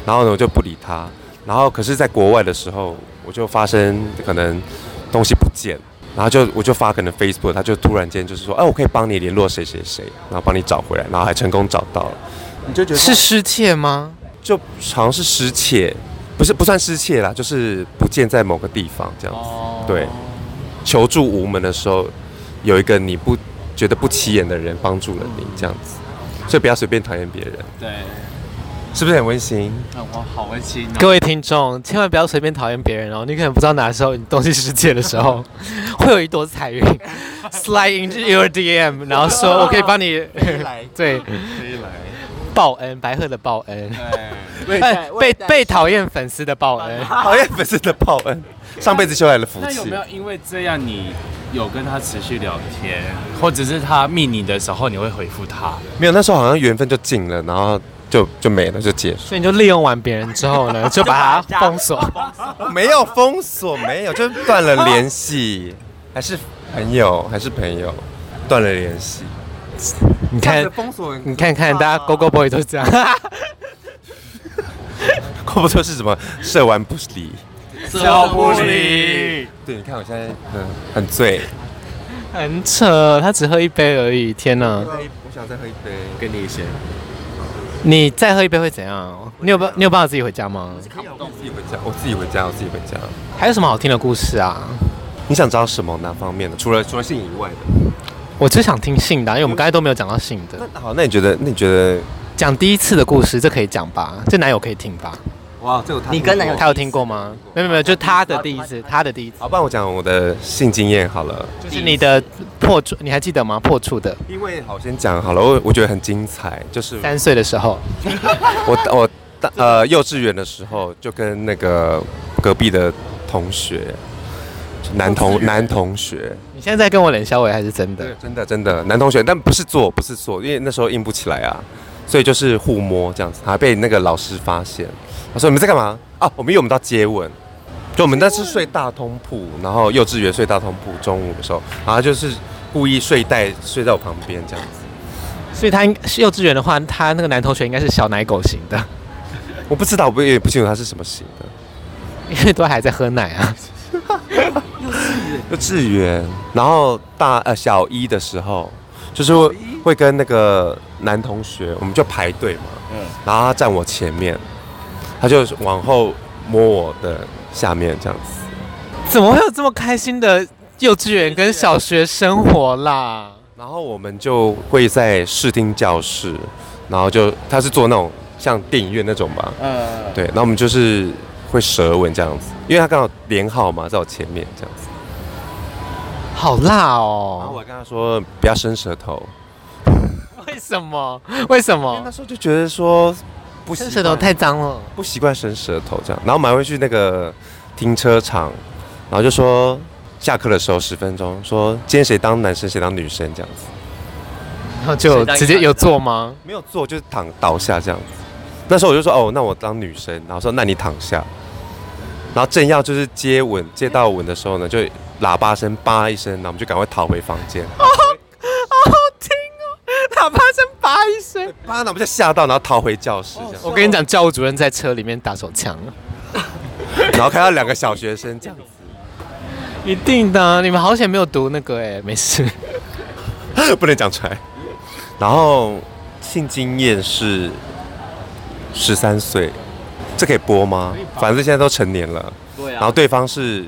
Speaker 3: 然后呢我就不理他，然后可是在国外的时候，我就发生可能东西不见，然后就我就发可能 Facebook，他就突然间就是说，哎、我可以帮你联络谁谁谁，然后帮你找回来，然后还成功找到了，你就觉得
Speaker 1: 是失窃吗？
Speaker 3: 就好像是失窃，不是不算失窃啦，就是不见在某个地方这样子。
Speaker 5: 哦
Speaker 3: 对，求助无门的时候，有一个你不觉得不起眼的人帮助了你，这样子，所以不要随便讨厌别人，
Speaker 5: 对，
Speaker 3: 是不是很温馨？
Speaker 5: 那我好温馨哦。
Speaker 1: 各位听众，千万不要随便讨厌别人哦。你可能不知道哪时候你东西失窃的时候，会有一朵彩云 slide into your DM，然后说我可以帮你， 对，报恩，白鹤的报恩，哎被被讨厌粉丝的报恩。
Speaker 3: 讨厌粉丝的报 恩，上辈子修来的福
Speaker 5: 那有
Speaker 3: 气
Speaker 5: 没。有因为这样你有跟他持续聊天，或者是他密你的时候你会回复他？
Speaker 3: 没有，那时候好像缘分就尽了，然后就就没了，就结束。
Speaker 1: 所以你就利用完别人之后呢，就把他封锁。
Speaker 3: 没有封锁，没有，就断了联系，还是朋友，还是朋友，断了联系。
Speaker 1: 你看，
Speaker 3: 封锁
Speaker 1: 你看看，大家 Go Go Boy 都是这样。
Speaker 3: 怪不得是什么射完不理。
Speaker 4: 小不理，
Speaker 3: 对，你看我现在嗯很醉，
Speaker 1: 很扯，他只喝一杯而已。天哪，
Speaker 3: 我想再喝一杯。
Speaker 4: 跟你一起。
Speaker 1: 你再喝一杯会怎样？你有办你有办法自己回家吗？
Speaker 3: 我自己回家，我自己回家，我自己回家。
Speaker 1: 还有什么好听的故事啊？
Speaker 3: 你想知道什么哪方面的？除了除了性以外的。
Speaker 1: 我就想听性的啊、因为我们刚才都没有讲到性的。
Speaker 3: 那好，那你觉得？那你觉得？
Speaker 1: 讲第一次的故事，这可以讲吧？这男友可以听吧？
Speaker 3: 哇，这个他
Speaker 2: 你跟男友
Speaker 1: 他有听过吗？没有没有，就他的第一次，他的第一次，
Speaker 3: 好，帮我讲我的性经验好了。
Speaker 1: 就是你的破处，你还记得吗？破处的
Speaker 3: 因为好，我先讲好了，我我觉得很精彩，就是
Speaker 1: 三岁的时候，
Speaker 3: 我我大呃幼稚园的时候就跟那个隔壁的同学，男同男同学，
Speaker 1: 你现在在跟我冷笑伟还是真的？
Speaker 3: 真的真的男同学，但不是做不是做，因为那时候硬不起来啊，所以就是互摸这样子，还被那个老师发现，他说你们在干嘛啊？我们以为我们到接吻，就我们那是睡大通铺，然后幼稚园睡大通铺，中午的时候，然后他就是故意睡袋睡在我旁边这样子，
Speaker 1: 所以他应幼稚园的话，他那个男同学应该是小奶狗型的，
Speaker 3: 我不知道，我也不清楚他是什么型的。
Speaker 1: 因为都还在喝奶啊。
Speaker 3: 幼稚园，然后大呃小一的时候，就是会会跟那个男同学，我们就排队嘛，
Speaker 4: 嗯
Speaker 3: 然后他站我前面，他就往后摸我的下面这样子，
Speaker 1: 怎么会有这么开心的幼稚园跟小学生活啦？
Speaker 3: 然后我们就会在视听教室，然后就他是坐那种像电影院那种吧。
Speaker 4: 呃，
Speaker 3: 对，那我们就是会舌吻这样子，因为他刚好连号嘛，在我前面这样子。
Speaker 1: 好辣
Speaker 3: 然后我
Speaker 1: 哦！
Speaker 3: 还跟他说不要伸舌头，
Speaker 1: 为什么？为什
Speaker 3: 因为那
Speaker 1: 么？
Speaker 3: 时候就觉得说不习
Speaker 1: 伸
Speaker 3: 惯
Speaker 1: 舌头太脏了。
Speaker 3: 不习惯伸舌头这样，然后我们还会去那个停车场，然后就说下课的时候十分钟，说今天谁当男生谁当女生这样子，
Speaker 1: 然后就直接有做吗？
Speaker 3: 没有做就是躺倒下这样子。那时候我就说哦，那我当女生，然后说那你躺下，然后正要就是接吻接到吻的时候呢，就喇叭声叭一声，然后我们就赶快逃回房间，
Speaker 1: 好好听哦，哪怕声叭一声。
Speaker 3: 叭，然后我们就吓到，然后逃回教室这样，
Speaker 1: 我跟你讲，教务主任在车里面打手枪，
Speaker 3: 然后看到两个小学生这样子，
Speaker 1: 一定的啊。你们好险没有读那个哎、没事。
Speaker 3: 不能讲出来。然后性经验是十三岁，这可以播吗？反正现在都成年了。
Speaker 2: 对啊
Speaker 3: 然后对方是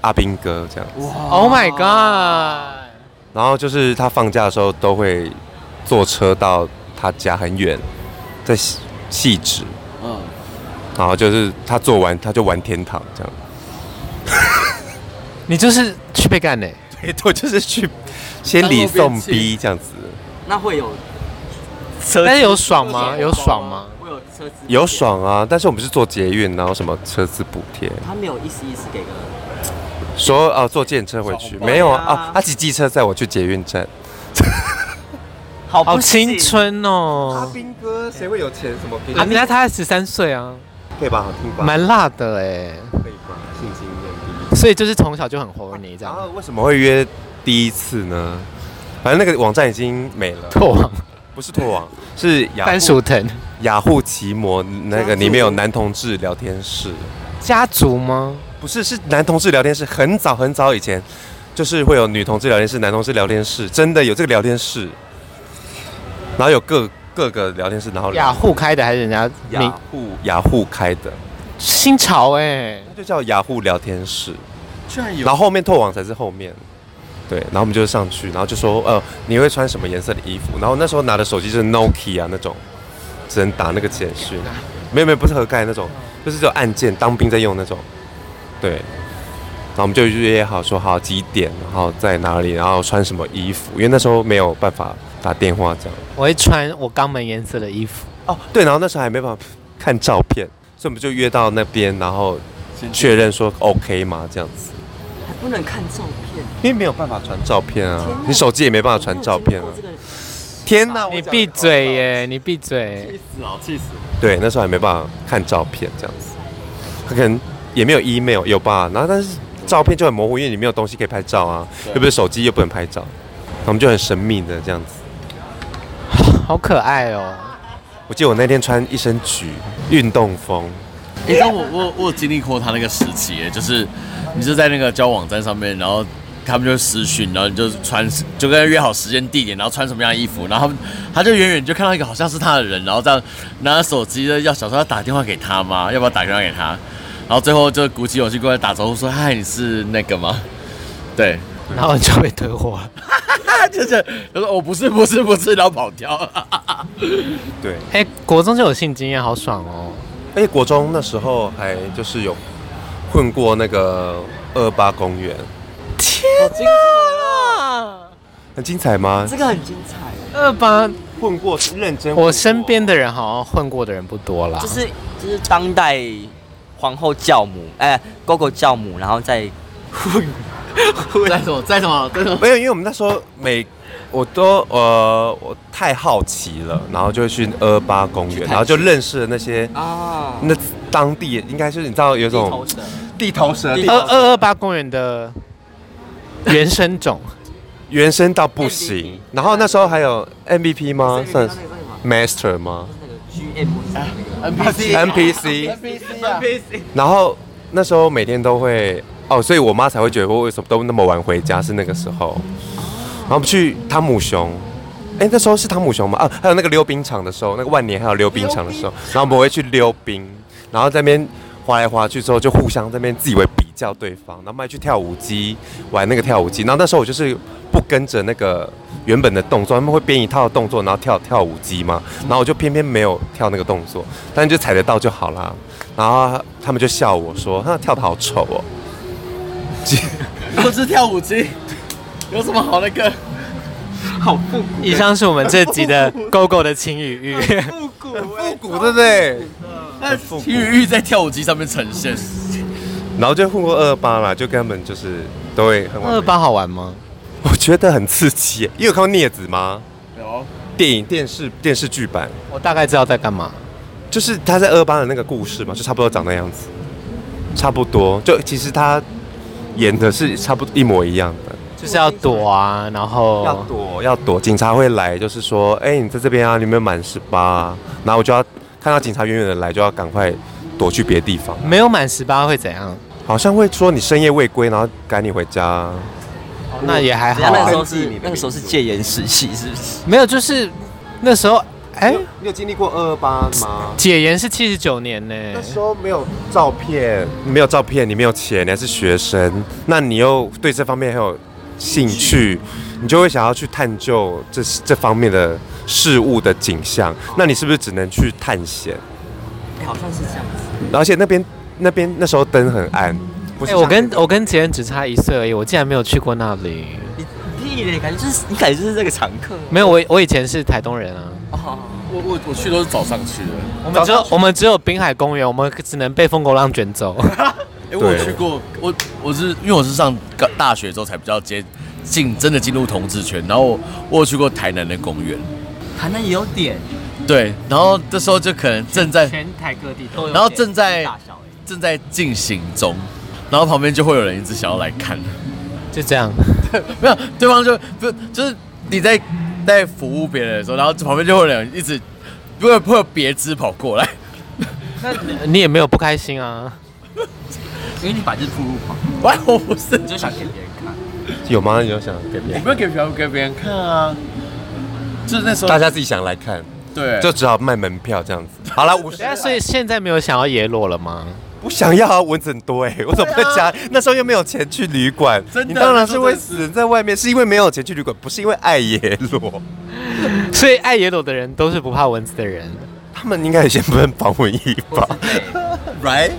Speaker 3: 阿兵哥这样，
Speaker 1: Oh my god！
Speaker 3: 然后就是他放假的时候都会坐车到他家很远，在细细致，
Speaker 2: 嗯，
Speaker 3: 然后就是他做完他就玩天堂这样。
Speaker 1: 你就是去被干的、欸
Speaker 3: 对，我就是去先礼送逼这样子，
Speaker 2: 那会有
Speaker 1: 但是有爽吗？有爽吗？？
Speaker 2: 会有车子
Speaker 3: 有，爽啊！但是我们是做捷运，然后什么车资补贴。
Speaker 2: 他没有意思意思给个
Speaker 3: 说哦，坐电车回去
Speaker 2: 小红包
Speaker 3: 没有啊？
Speaker 2: 对啊
Speaker 3: 啊，他骑机车载我去捷运站。
Speaker 2: 好
Speaker 1: 好青，春哦！
Speaker 3: 兵哥，谁会有钱？什么给
Speaker 1: 人家他才十三岁啊，
Speaker 3: 可以吧？好听吧？
Speaker 1: 蛮辣的哎、
Speaker 3: 可以吧？性经验
Speaker 1: 所以就是从小就很 horny 这
Speaker 3: 然
Speaker 1: 样。
Speaker 3: 啊后为什么会约第一次呢？反正那个网站已经没了，
Speaker 1: 破网
Speaker 3: 不是拓网， 是雅
Speaker 1: 番
Speaker 3: 虎
Speaker 1: 薯藤
Speaker 3: 雅虎奇摩那
Speaker 2: 家
Speaker 3: 个
Speaker 2: 族
Speaker 3: 里面有男同志聊天室，
Speaker 1: 家族吗？
Speaker 3: 不是是男同志聊天室，很早很早以前就是会有女同志聊天室、男同志聊天室，真的有这个聊天室，然后有各各个聊天室，然后聊
Speaker 1: 雅虎开的还是人家名
Speaker 3: 雅虎雅虎开的，
Speaker 1: 新潮哎、
Speaker 3: 它就叫雅虎聊天室，
Speaker 4: 居然有
Speaker 3: 然后后面拓网才是后面。对，然后我们就上去，然后就说，呃，你会穿什么颜色的衣服？然后那时候拿的手机是 Nokia 啊那种，只能打那个简讯，没有没有，不是盒盖那种，就是只有按键，当兵在用那种。对，然后我们就约好说好几点，然后在哪里，然后穿什么衣服，因为那时候没有办法打电话这样。
Speaker 1: 我会穿我肛门颜色的衣服。
Speaker 3: 哦，对，然后那时候还没办法看照片，所以我们就约到那边，然后确认说 OK 吗？这样子，
Speaker 2: 还不能看照片，
Speaker 3: 因为没有办法传照片啊
Speaker 2: 天，哪
Speaker 3: 你手机也没办法传照片啊
Speaker 2: 我。没有经过
Speaker 3: 天哪，
Speaker 1: 你
Speaker 3: 我讲
Speaker 1: 闭嘴耶！你闭嘴！
Speaker 2: 这个，气死气死！
Speaker 3: 对，那时候还没办法看照片这样子，他可能也没有 email 有吧，然后但是照片就很模糊，因为你没有东西可以拍照啊，又不是手机又不能拍照，我们就很神秘的这样子。
Speaker 1: 好可爱哦！
Speaker 3: 我记得我那天穿一身橘运动风，
Speaker 4: 你知道我我我有经历过他那个时期耶，就是你就在那个交友网站上面，然后他们就私讯，然后你就穿就跟他约好时间地点，然后穿什么样的衣服，然后他们他就远远就看到一个好像是他的人，然后这样拿着手机就要想说要打电话给他吗？要不要打电话给他？然后最后就鼓起勇气过来打招呼说：“嗨，你是那个吗？”对，
Speaker 1: 然后就被退 货了。
Speaker 4: 他就是他说：“我、哦不是，不是，不是。”然后跑掉了。
Speaker 3: 对，
Speaker 1: 哎、国中就有性经验，好爽哦！
Speaker 3: 而且国中那时候还就是有混过那个二八公园，
Speaker 1: 天哪！
Speaker 3: 很精彩吗？
Speaker 2: 这个很精彩，
Speaker 1: 二八，
Speaker 3: 混过是认真混过，
Speaker 1: 我身边的人好像混过的人不多啦。
Speaker 2: 就是就是当代皇后教母，哎，狗狗教母，然后再混
Speaker 4: 在什么？在什么？在什么？
Speaker 3: 没有，因为我们那时候每我都呃我太好奇了，然后就会去二八公园，然后就认识了那些
Speaker 2: 啊，
Speaker 3: 那当地应该就是你知道有一
Speaker 2: 地头
Speaker 3: 种
Speaker 2: 蛇
Speaker 3: 地头蛇
Speaker 2: 地
Speaker 1: 二二二八公园的原生种，
Speaker 3: 原生到不行
Speaker 2: MVP，
Speaker 3: 然后那时候还有 MVP 吗？
Speaker 2: 是
Speaker 3: 算
Speaker 2: 那
Speaker 3: 是
Speaker 2: 个什么
Speaker 3: Master 吗
Speaker 2: 那个 GM 是那个
Speaker 4: NPC
Speaker 2: 啊
Speaker 3: ？NPC，
Speaker 2: NPC
Speaker 3: 然后那时候每天都会哦，所以我妈才会觉得我为什么都那么晚回家是那个时候。然后我们去汤姆熊，哎，那时候是汤姆熊吗？啊，还有那个溜冰场的时候，那个万年还有溜冰场的时候，然后我们会去溜冰，然后在那边滑来滑去之后，就互相在那边自以为比较对方，然后我们还去跳舞机玩那个跳舞机。然后那时候我就是不跟着那个原本的动作，他们会编一套动作，然后跳跳舞机嘛，然后我就偏偏没有跳那个动作，但就踩得到就好啦。然后他们就笑我说：“哈，跳得好丑哦。”
Speaker 6: 不是跳 舞机，有什么好那个？
Speaker 1: 以上 是我们这集的 GoGo 的情语欲。
Speaker 3: 复古对不对？
Speaker 6: 那体育在跳舞机上面呈现，
Speaker 3: 然后就混过二八啦，就跟他们就是都会很
Speaker 1: 二
Speaker 3: 玩。
Speaker 1: 八好玩吗？
Speaker 3: 我觉得很刺激耶。你有看过《镊子》吗？
Speaker 6: 有
Speaker 3: 电影、电视、电视剧版，
Speaker 1: 我大概知道在干嘛。
Speaker 3: 就是他在二八的那个故事嘛，就差不多长那样子，差不多。就其实他演的是差不多一模一样的。
Speaker 1: 就是要躲啊，然后
Speaker 3: 要躲，要躲，警察会来，就是说，哎、你在这边啊，你有没有满十八啊？然后我就要看到警察远远的来，就要赶快躲去别的地方。
Speaker 1: 没有满十八会怎样？
Speaker 3: 好像会说你深夜未归，然后赶你回家。
Speaker 1: 那也还
Speaker 2: 那
Speaker 1: 好
Speaker 2: 那个时
Speaker 1: 啊，
Speaker 2: 候是那个时候是戒严时期，是不是？
Speaker 1: 没有，就是那时候，哎、
Speaker 3: 你有经历过二二八吗？
Speaker 1: 解严是七十九年呢、
Speaker 3: 那时候没有照片，你哎没有照片，你没有钱，你还是学生，那你又对这方面很有兴趣，你就会想要去探究这这方面的事物的景象。那你是不是只能去探险？
Speaker 2: 哎，好像是这样子。
Speaker 3: 而且那边那边那时候灯很暗，不
Speaker 1: 哎、
Speaker 3: 是
Speaker 1: 我
Speaker 3: 像
Speaker 1: 跟我跟杰恩只差一岁而已，我竟然没有去过那里。
Speaker 2: 你屁嘞，感觉就是你感觉就是这个常客。
Speaker 1: 没有，我我以前是台东人啊。
Speaker 2: 哦，
Speaker 6: 我我我去都是早上去的。
Speaker 1: 我们只有我们只有滨海公园，我们只能被疯狗浪卷走。
Speaker 6: 哎、我有
Speaker 3: 对
Speaker 6: 去过，我我是因为我是上高大学之后才比较接近真的进入同志圈，然后我我有去过台南的公园，
Speaker 2: 台南也有点，
Speaker 6: 对，然后这时候就可能正 在
Speaker 2: 全台各地都有
Speaker 6: 然后正在
Speaker 2: 大小而已
Speaker 6: 正在进行中，然后旁边就会有人一直想要来看，
Speaker 1: 就这样，
Speaker 6: 没有，对方就不就是你在在服务别人的时候，然后旁边就会有人一直不会会有别枝跑过来，
Speaker 1: 你也没有不开心啊。
Speaker 2: 因为你把这铺路狂，
Speaker 6: 我我不是，
Speaker 2: 你就想给别人看。
Speaker 3: 有吗？你有想给别
Speaker 6: 我
Speaker 3: 人
Speaker 6: 没有给别人给别人看啊，就是那时候
Speaker 3: 大家自己想来看，
Speaker 6: 对
Speaker 3: 就只好卖门票这样子。好了，五十
Speaker 1: 对啊，所以现在没有想要野裸了吗？
Speaker 3: 不想要啊，蚊子很多哎、 我怎么在家？那时候又没有钱去旅馆，
Speaker 6: 真的
Speaker 3: 你当然是会死在外面，是因为没有钱去旅馆，不是因为爱耶罗。
Speaker 1: 所以爱野裸的人都是不怕蚊子的人。
Speaker 3: 他们应该也先不能防蚊疫 吧？Right，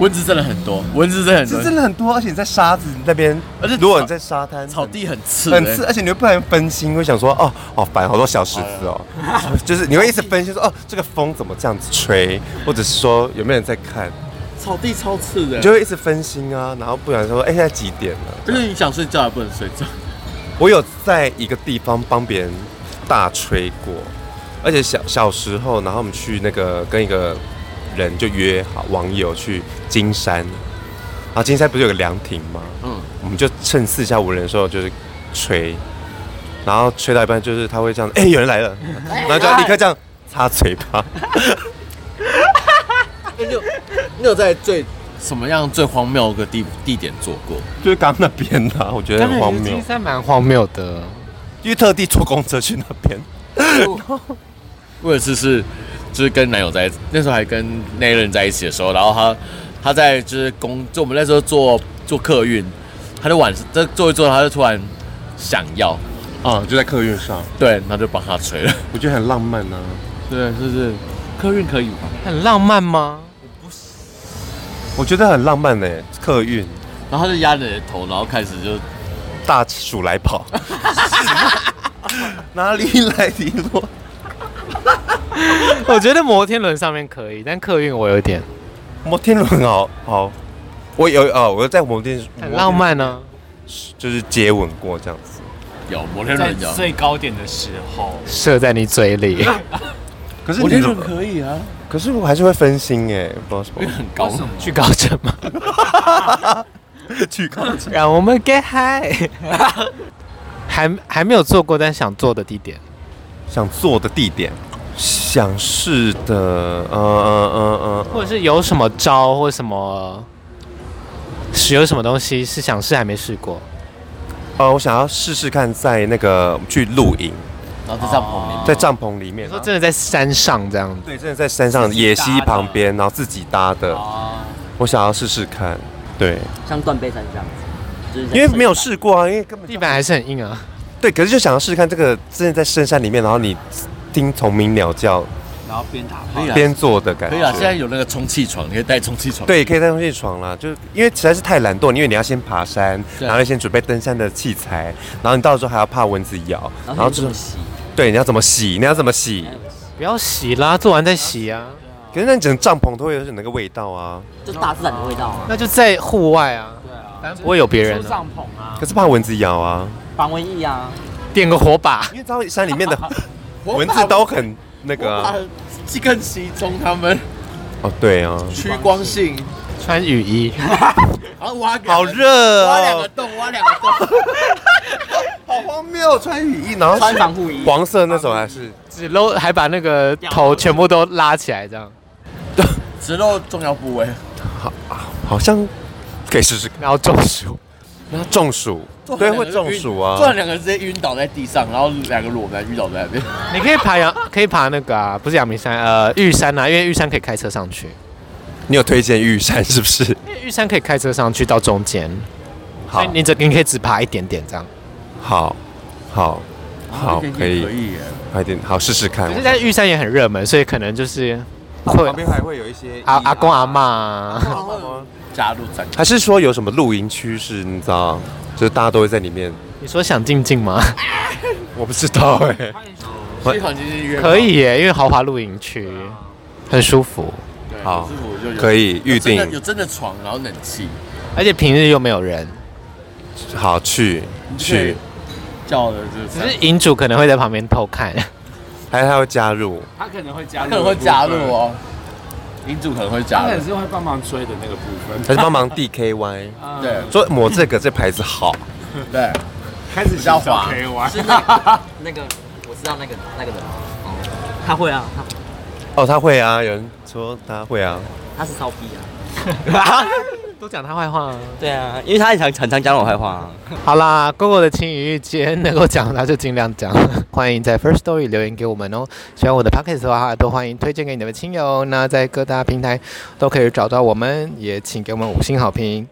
Speaker 6: 蚊子真的很多，蚊子真的很
Speaker 3: 这
Speaker 6: 多，
Speaker 3: 真的很多，而且你在沙子那边，
Speaker 6: 而且
Speaker 3: 如果你在沙滩
Speaker 6: 草地很刺、
Speaker 3: 很刺，而且你会不然分心，会想说哦哦，烦，好多小石子哦，就是你会一直分心说哦，这个风怎么这样子吹，或者是说有没有人在看，
Speaker 6: 草地超刺的
Speaker 3: 你就会一直分心啊，然后不然说哎、现在几点了？
Speaker 6: 就是你想睡觉也不能睡觉。
Speaker 3: 我有在一个地方帮别人大吹过，而且小小时候，然后我们去那个跟一个人就约好网友去金山，然后金山不是有个凉亭吗？
Speaker 6: 嗯，
Speaker 3: 我们就趁四下无人的时候就是吹，然后吹到一半就是他会这样，哎、有人来了，然后就要立刻这样擦嘴 巴。
Speaker 6: 你有你有在最什么样最荒谬的地地点做过？
Speaker 3: 就是刚那边的、我觉得很荒谬
Speaker 1: 金，山蛮荒谬的。
Speaker 3: 因为特地坐公车去那边。
Speaker 6: 我有一次是就是跟男友在那时候还跟那个人在一起的时候，然后他他在就是工就我们那时候坐坐客运，他就晚上在坐一坐，他就突然想要
Speaker 3: 啊，就在客运上，
Speaker 6: 对，然后就帮他吹了。
Speaker 3: 我觉得很浪漫啊。
Speaker 6: 对，就是客运可以吧？
Speaker 1: 很浪漫吗？
Speaker 3: 我觉得很浪漫呢、客运
Speaker 6: 然后他就压着你的头，然后开始就
Speaker 3: 大鼠来 跑，哪里来的落？
Speaker 1: 我觉得摩天轮上面可以，但客运我有点
Speaker 3: 摩天轮好好，我有哦，我在摩天
Speaker 1: 很浪，漫啊呢、
Speaker 3: 就是接吻过这样子。
Speaker 6: 有摩天
Speaker 4: 在
Speaker 6: 轮有。
Speaker 4: 最高点的时候，
Speaker 1: 射在你嘴 里。
Speaker 3: 可是
Speaker 6: 摩
Speaker 3: 你
Speaker 6: 天轮可以啊，
Speaker 3: 可是我还是会分心哎、不知道什
Speaker 6: 因为
Speaker 3: 么。
Speaker 6: 很高。
Speaker 1: 去高枕吗？
Speaker 3: 去靠近
Speaker 1: 让我们 get high。还还没有做过，但想做的地点，
Speaker 3: 想做的地点，想试的，呃呃呃
Speaker 1: 或
Speaker 3: 呃，
Speaker 1: 者是有什么招或什么，是有什么东西是想试还没试过？
Speaker 3: 呃，我想要试试看，在那个去露营，
Speaker 6: 然后在帐篷里面，
Speaker 3: 在帐篷里面、
Speaker 1: 你
Speaker 3: 啊
Speaker 1: 说。真的在山上这样子，
Speaker 3: 对，真的在山上野溪旁边，然后自己搭的，
Speaker 2: 哦，
Speaker 3: 我想要试试看。对，
Speaker 2: 像断背山这样子，就是
Speaker 3: 因为没有试过啊，因为根本
Speaker 1: 地板还是很硬啊。
Speaker 3: 对，可是就想要试试看这个，真的在深山里面，然后你听虫鸣鸟叫
Speaker 2: 然后边打
Speaker 4: 可
Speaker 6: 啊
Speaker 4: 以啦
Speaker 3: 边做的感
Speaker 4: 可以啊啦，现在
Speaker 3: 觉。
Speaker 4: 有那个充气床，你可以带充气床。，
Speaker 3: 对，可以带东西床啦，就因为实在是太懒惰，因为你要先爬山，
Speaker 4: 对
Speaker 3: 然后要先准备登山的器材，然后你到时候还要怕蚊子咬，
Speaker 2: 然
Speaker 3: 然
Speaker 2: 后
Speaker 3: 后
Speaker 2: 这
Speaker 3: 之后
Speaker 2: 么洗，
Speaker 3: 对你要怎么洗，你要怎么洗，
Speaker 1: 不要洗啦，做完再洗啊。
Speaker 3: 可是那你整个帐篷都会有那个味道啊，
Speaker 2: 就大自然的味道啊。
Speaker 1: 那就在户外啊，
Speaker 2: 对啊，
Speaker 1: 反正不会有别人
Speaker 2: 租
Speaker 1: 啊。
Speaker 2: 帐篷啊
Speaker 3: 可，是怕蚊子咬啊，
Speaker 2: 防蚊液啊，
Speaker 1: 点个火把，
Speaker 3: 因为到山里面的蚊子都很那个啊，
Speaker 4: 这更集中他们
Speaker 3: 哦对啊，
Speaker 4: 趋光性，
Speaker 1: 穿雨 衣，
Speaker 4: 然后挖
Speaker 3: 好热
Speaker 4: 挖两个
Speaker 3: 哦，
Speaker 4: 洞，挖两个 洞，
Speaker 3: 好荒谬，穿雨衣然后
Speaker 2: 穿
Speaker 3: 是
Speaker 2: 防护衣，
Speaker 3: 黄色那种还是
Speaker 1: 只露还把那个头全部都拉起来，这样，
Speaker 4: 只露重要部位。
Speaker 3: 好像可以试试看，
Speaker 1: 然后中暑。
Speaker 3: 那中暑，对会中暑啊
Speaker 4: 突，然两个人直接晕倒在地上，然后两个裸男晕倒在那边。
Speaker 1: 你可以爬阳，可以爬那个啊，不是阳明山，呃，玉山啊，因为玉山可以开车上去，
Speaker 3: 你有推荐玉山是不是？
Speaker 1: 因为玉山可以开车上去到中间，所
Speaker 3: 好
Speaker 1: 以，你只你可以只爬一点点这样。
Speaker 3: 好，好，好，可
Speaker 4: 可
Speaker 3: 以，
Speaker 4: 以耶。
Speaker 3: 快点，好试试看
Speaker 1: 可。是，在玉山也很热门，所以可能就是会
Speaker 3: 还会有一些
Speaker 1: 阿阿公阿，妈，
Speaker 4: 加入战
Speaker 3: 还是说有什么露营区是你知道，就是大家都会在里面，
Speaker 1: 你说想静静 吗？
Speaker 3: 我不知道哎、
Speaker 4: 场，这场就是约炮
Speaker 1: 可，以耶，因为豪华露营区很舒服，
Speaker 4: 对
Speaker 3: 好
Speaker 4: 很舒服就有
Speaker 3: 可以预
Speaker 4: 有真的
Speaker 3: 定
Speaker 4: 有真的床，然后冷气，
Speaker 1: 而且平日又没有人，
Speaker 3: 好去去，
Speaker 4: 叫的就是
Speaker 1: 只是营主可能会在旁边偷看。
Speaker 3: 还有他会加入，
Speaker 6: 他可能会加
Speaker 4: 他
Speaker 6: 入，
Speaker 4: 可能会加入，哦，银主可能会
Speaker 6: 他
Speaker 4: 加
Speaker 6: 可
Speaker 4: 入
Speaker 6: 能，是会帮忙追的那个部分。
Speaker 3: 还是帮忙 DKY，
Speaker 6: 啊
Speaker 4: 对
Speaker 3: 说抹这个这牌子好，
Speaker 4: 对，
Speaker 6: 开始
Speaker 4: 消化
Speaker 6: 可以玩，
Speaker 2: 是那 那个，我知道那个那个人，哦，他会啊，他
Speaker 3: 哦他会啊，有人说他会啊，
Speaker 2: 他是骚逼 啊。
Speaker 1: 都讲他坏话、啊。
Speaker 2: 对啊，因为他很常很常讲我坏话、啊。
Speaker 1: 好啦，GoGo 的轻语今天能够讲他就尽量讲。欢迎在 First Story 留言给我们哦。喜欢我的 Podcast 的话，都欢迎推荐给你的亲友。那在各大平台都可以找到我们，也请给我们五星好评。